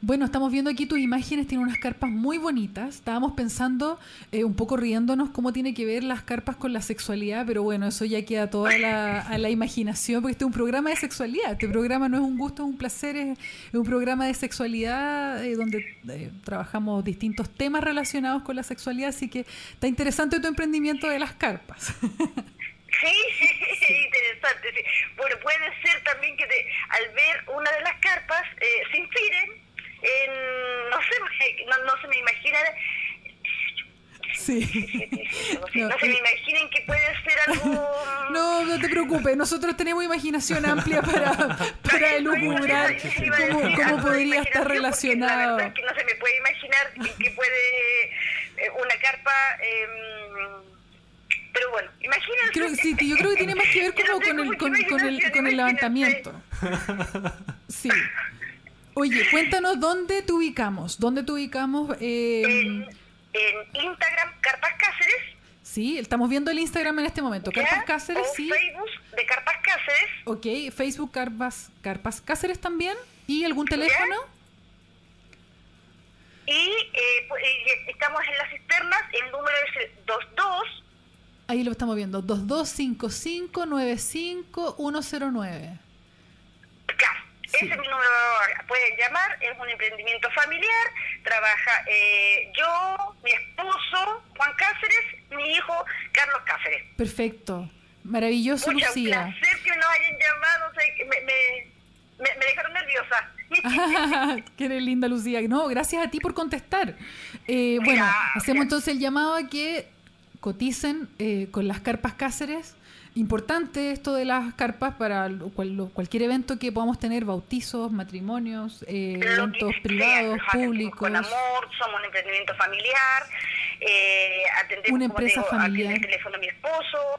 B: Bueno, estamos viendo aquí tus imágenes, tiene unas carpas muy bonitas. Estábamos pensando, eh, un poco riéndonos, cómo tiene que ver las carpas con la sexualidad, pero bueno, eso ya queda todo a la, a la imaginación, porque este es un programa de sexualidad. Este programa no es un gusto, es un placer, es, es un programa de sexualidad eh, donde eh, trabajamos distintos temas relacionados con la sexualidad, así que está interesante tu emprendimiento de las carpas.
E: Sí, sí, interesante. Sí. Bueno, puede ser también que te- al ver una de las carpas eh, se inspiren en, no sé, no, no se me imagina,
B: sí.
E: no, sé,
B: No,
E: no se me
B: y-
E: imaginen que puede ser algo...
B: No, no te preocupes, nosotros tenemos imaginación amplia para, para elucubrar
E: Yo iba a decir
B: cómo, cómo
E: algo de
B: podría estar
E: imaginación, porque La
B: relacionado.
E: verdad es que no se me puede imaginar que- que puede eh, una carpa... eh, pero bueno, imagínense.
B: Creo, que sí, que yo creo que tiene más que ver
E: Yo no
B: como con
E: tengo
B: el,
E: mucha
B: con, con el,
E: imaginación,
B: con el
E: imagínense.
B: levantamiento. Sí. Oye, cuéntanos dónde te ubicamos, dónde te ubicamos. Eh,
E: en, en Instagram Carpas Cáceres.
B: sí, estamos viendo el Instagram en este momento.
E: ¿ya?
B: Carpas Cáceres,
E: o
B: sí.
E: Facebook de Carpas Cáceres.
B: Ok, Facebook Carpas, Carpas Cáceres también. ¿Y algún teléfono?
E: Y, eh, pu- y estamos en las cisternas. El número es el 22.
B: Ahí lo estamos viendo, 2255-95109.
E: Claro,
B: Sí.
E: Ese es mi número. Pueden llamar. Es un emprendimiento familiar. Trabaja eh, yo, mi esposo, Juan Cáceres, mi hijo, Carlos Cáceres.
B: Perfecto. Maravilloso,
E: Mucho
B: Lucía.
E: placer que nos hayan llamado. o sea, que me, me- me- me dejaron nerviosa.
B: Qué linda, Lucía. No, gracias a ti por contestar. Eh, bueno,
E: Gracias.
B: hacemos entonces el llamado a que coticen eh, con las carpas Cáceres. Importante esto de las carpas para lo cual- lo- cualquier evento que podamos tener, bautizos, matrimonios, eh,
E: Lo que
B: eventos
E: sea,
B: privados,
E: nos hacemos
B: públicos.
E: Con amor, somos un emprendimiento familiar eh, atender
B: Una
E: como
B: empresa
E: digo,
B: familiar.
E: atender el teléfono a mi esposo.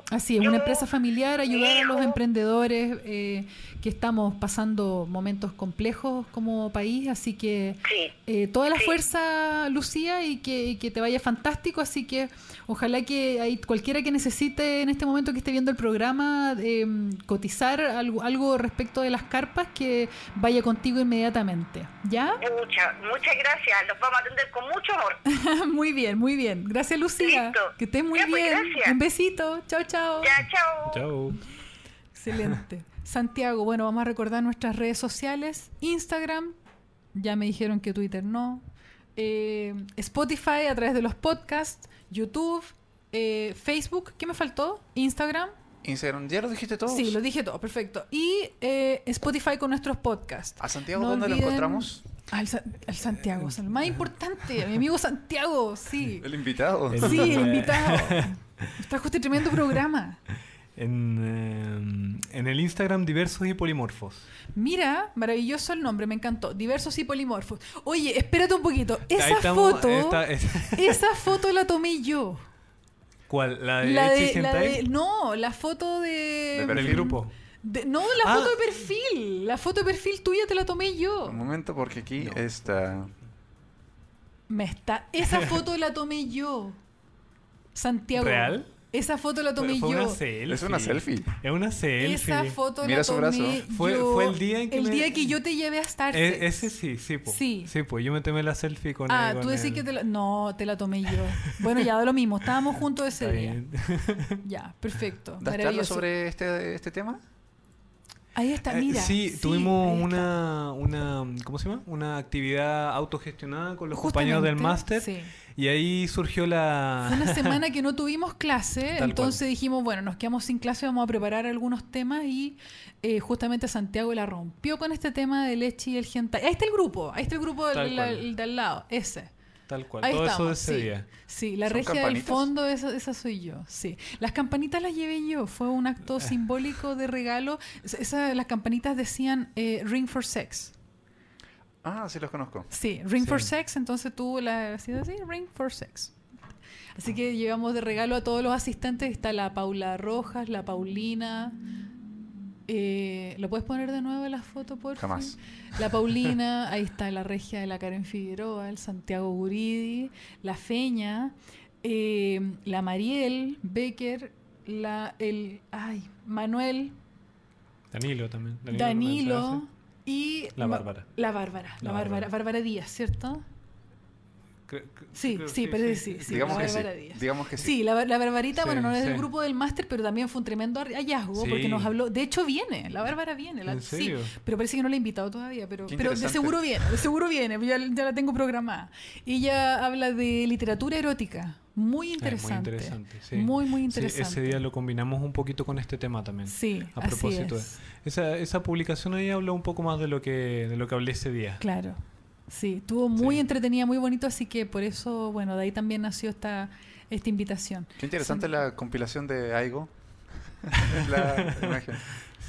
B: Así es, una
E: yo,
B: empresa familiar,
E: mi
B: ayudar a los
E: hijo.
B: emprendedores eh, que estamos pasando momentos complejos como país, así que
E: Sí,
B: eh, toda la
E: Sí.
B: fuerza, Lucía, y que, y que te vaya fantástico, así que ojalá que hay cualquiera que necesite en este momento que esté viendo el programa eh, cotizar algo, algo respecto de las carpas, que vaya contigo inmediatamente, ¿ya?
E: muchas, muchas gracias. Los vamos a atender con mucho amor.
B: muy bien, muy bien. Gracias, Lucía.
E: Listo.
B: Que estés muy
E: Ya, pues,
B: bien.
E: gracias.
B: Un besito. Chao, chao.
E: Ya, chao.
C: Chao.
B: Excelente. Santiago, bueno, vamos a recordar nuestras redes sociales. Instagram, ya me dijeron que Twitter no. Eh, Spotify a través de los podcasts, YouTube, eh, Facebook, ¿qué me faltó? Instagram.
D: Instagram, ¿ya lo dijiste todo?
B: Sí, lo dije todo, perfecto. Y eh, Spotify con nuestros podcasts.
D: ¿A Santiago
B: No
D: dónde lo
B: olviden-
D: encontramos?
B: Al, Sa- al Santiago, al más importante, a mi amigo Santiago, sí.
D: invitado.
C: El-
B: Sí, el invitado. Trajo este tremendo programa.
C: En, eh, en el Instagram diversos y polimorfos.
B: Mira, maravilloso el nombre, me encantó. Diversos y polimorfos. Oye, espérate un poquito.
C: Ahí eh.
B: Esa
C: estamos,
B: foto,
C: esta- esta-
B: esa foto la tomé yo.
C: ¿Cuál? ¿La de,
B: La
C: Ichi
B: de, la
C: Sentai?
B: de- no, la foto de,
D: De
C: Del
D: perfil.
C: grupo.
B: de- no, la
C: Ah.
B: foto de perfil. La foto de perfil tuya te la tomé yo.
D: Un momento, porque aquí está.
B: Me está, esa foto la tomé yo. Santiago.
C: ¿Real?
B: Esa foto la tomé
C: Fue
B: yo.
C: una selfie.
D: Es una selfie.
C: Es una selfie.
B: Esa foto
D: Mira
B: la
D: su
B: tomé
D: brazo.
C: Fue-
B: yo.
C: fue el día en que
B: el
C: me-
B: día que yo te llevé a estar.
C: E- ese sí, sí, po.
B: Sí.
C: pues yo me tomé la selfie con
B: Ah,
C: el-
B: tú
C: con
B: decís
C: el-
B: que te la... No, te la tomé yo. Bueno, ya da lo mismo. Estábamos juntos ese
C: Está
B: día.
C: bien.
B: Ya, perfecto.
D: ¿Das charlas
B: Maravilloso.
D: sobre este, este tema?
B: Ahí está,
C: Eh,
B: mira.
C: sí, tuvimos
B: ahí está.
C: una, una, ¿cómo se llama? Una actividad autogestionada con los compañeros del
B: Justamente,
C: máster
B: sí.
C: y ahí surgió
B: Fue
C: la...
B: una semana que no tuvimos clase,
C: Tal
B: entonces dijimos, bueno, nos quedamos sin clase, vamos a preparar algunos temas y eh, justamente Santiago la rompió con este tema del leche y el hentai. Ahí está el grupo, ahí está el grupo del,
C: Tal
B: del-
C: cual.
B: del lado, ese.
C: Tal cual,
B: Ahí
C: todo
B: estamos,
C: eso de ese
B: sí.
C: día.
B: Sí, la
D: ¿Son
B: regia
D: campanitas?
B: del fondo, esa, esa soy yo. Sí, las campanitas las llevé yo. Fue un acto simbólico de regalo. Es- esa- las campanitas decían eh, Ring for Sex.
D: Ah, sí los conozco.
B: Sí, Ring for
C: Sí.
B: Sex. Entonces tú la hacías así, Ring for Sex. Así que llevamos de regalo a todos los asistentes. Está la Paula Rojas, la Paulina. Eh, ¿Lo puedes poner de nuevo en la foto, por favor?
D: Jamás.
B: La Paulina, ahí está la regia de la Karen Figueroa, el Santiago Guridi, la Feña, eh, la Mariel Becker, la el ay, Manuel,
C: Danilo también.
B: Danilo
C: Lorenzo,
B: y
C: La
B: Ma-
C: Bárbara.
B: La Bárbara, la
C: La
B: Bárbara,
C: Bárbara.
B: Bárbara Díaz, ¿cierto?
C: creo- creo-
B: Sí,
C: creo-
B: sí, parece que sí, sí.
D: Digamos
B: la
D: que sí.
B: Bárbara Díaz.
D: Digamos que sí.
B: Sí, la, la Barbarita,
C: Sí,
B: bueno, no es
C: sí.
B: del grupo del máster, pero también fue un tremendo ar- hallazgo porque
C: Sí.
B: nos habló. De hecho, viene, la Bárbara viene. la-
C: ¿En serio?
B: Sí, pero parece que no la he invitado todavía, pero,
D: Qué
B: pero de
D: interesante.
B: seguro viene, de seguro viene, ya, ya la tengo programada. Y ella habla de literatura erótica, muy
C: Ah, es
B: interesante.
C: muy interesante, sí.
B: Muy, muy
C: Sí,
B: interesante.
C: ese día lo combinamos un poquito con este tema también.
B: Sí,
C: A
B: así
C: propósito. de-
B: es.
C: Esa, esa publicación ahí habló un poco más de lo que, de lo que hablé ese día.
B: Claro. Sí, estuvo muy
C: Sí.
B: entretenida, muy bonito, así que por eso, bueno, de ahí también nació esta, esta invitación.
D: Qué interesante
B: Sí.
D: la compilación de Aigo. la imagen.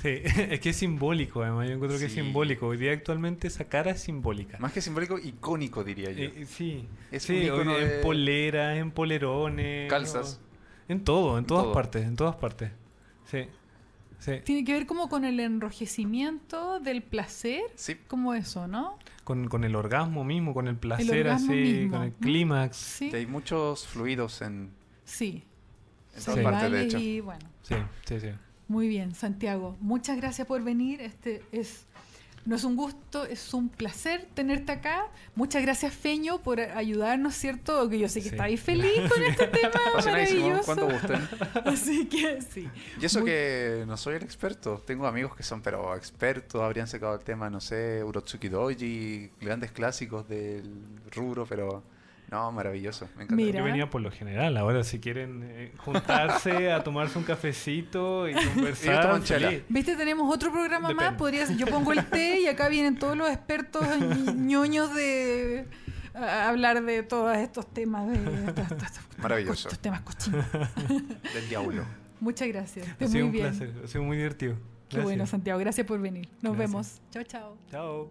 C: Sí, es que es simbólico, además. Yo encuentro que es
D: Sí.
C: simbólico. Hoy día actualmente esa cara es simbólica.
D: Más que simbólico, icónico, diría yo.
C: Eh, eh, sí,
D: Es
C: sí,
D: un
C: hoy
D: icono
C: día
D: de-
C: en poleras, en polerones,
D: Calzas.
C: ¿no? en todo, en todas
D: todo.
C: partes, en todas partes. Sí, sí,
B: Tiene que ver como con el enrojecimiento del placer,
D: Sí.
B: como eso, ¿no?
C: con, con el orgasmo mismo, con el placer
B: orgasmo
C: así,
B: mismo.
C: con el
B: Mm.
C: clímax.
B: Sí.
D: Hay muchos fluidos en,
B: Sí.
D: en
C: Sí.
D: todas partes, de
B: Sexuales
D: hecho.
B: Y bueno,
C: Sí, sí, sí.
B: muy bien, Santiago. Muchas gracias por venir. Este es no es un gusto, es un placer tenerte acá. Muchas gracias, Feño, por ayudarnos, ¿cierto? Que yo sé que
C: Sí.
B: estáis feliz con este tema
D: Apasionadísimo, cuando
B: maravilloso.
D: gusten.
B: Así que sí.
D: Y eso
B: Muy-
D: que no soy el experto. Tengo amigos que son, pero expertos, habrían sacado el tema, no sé, Urotsuki Doji, grandes clásicos del rubro, pero no, maravilloso. Me encanta.
B: Mira.
C: Yo venía por lo general, ahora si quieren eh, juntarse a tomarse un cafecito y
D: Ellos
C: conversar.
D: toman chela.
C: feliz.
B: Viste, tenemos otro programa más.
C: Depende.
B: Podría, ser- yo pongo el té y acá vienen todos los expertos ñi- ñoños de a- a hablar de todos estos temas. De, estos- estos- estos-
D: Maravilloso.
B: estos temas cochinos.
D: Del diablo.
B: Muchas gracias.
C: Ha
B: Estés
C: sido
B: muy
C: un
B: bien.
C: placer, ha sido muy divertido.
B: Qué bueno,
C: Gracias.
B: Santiago. Gracias por venir. Nos
C: Gracias.
B: vemos. Chao, chao.
C: Chao.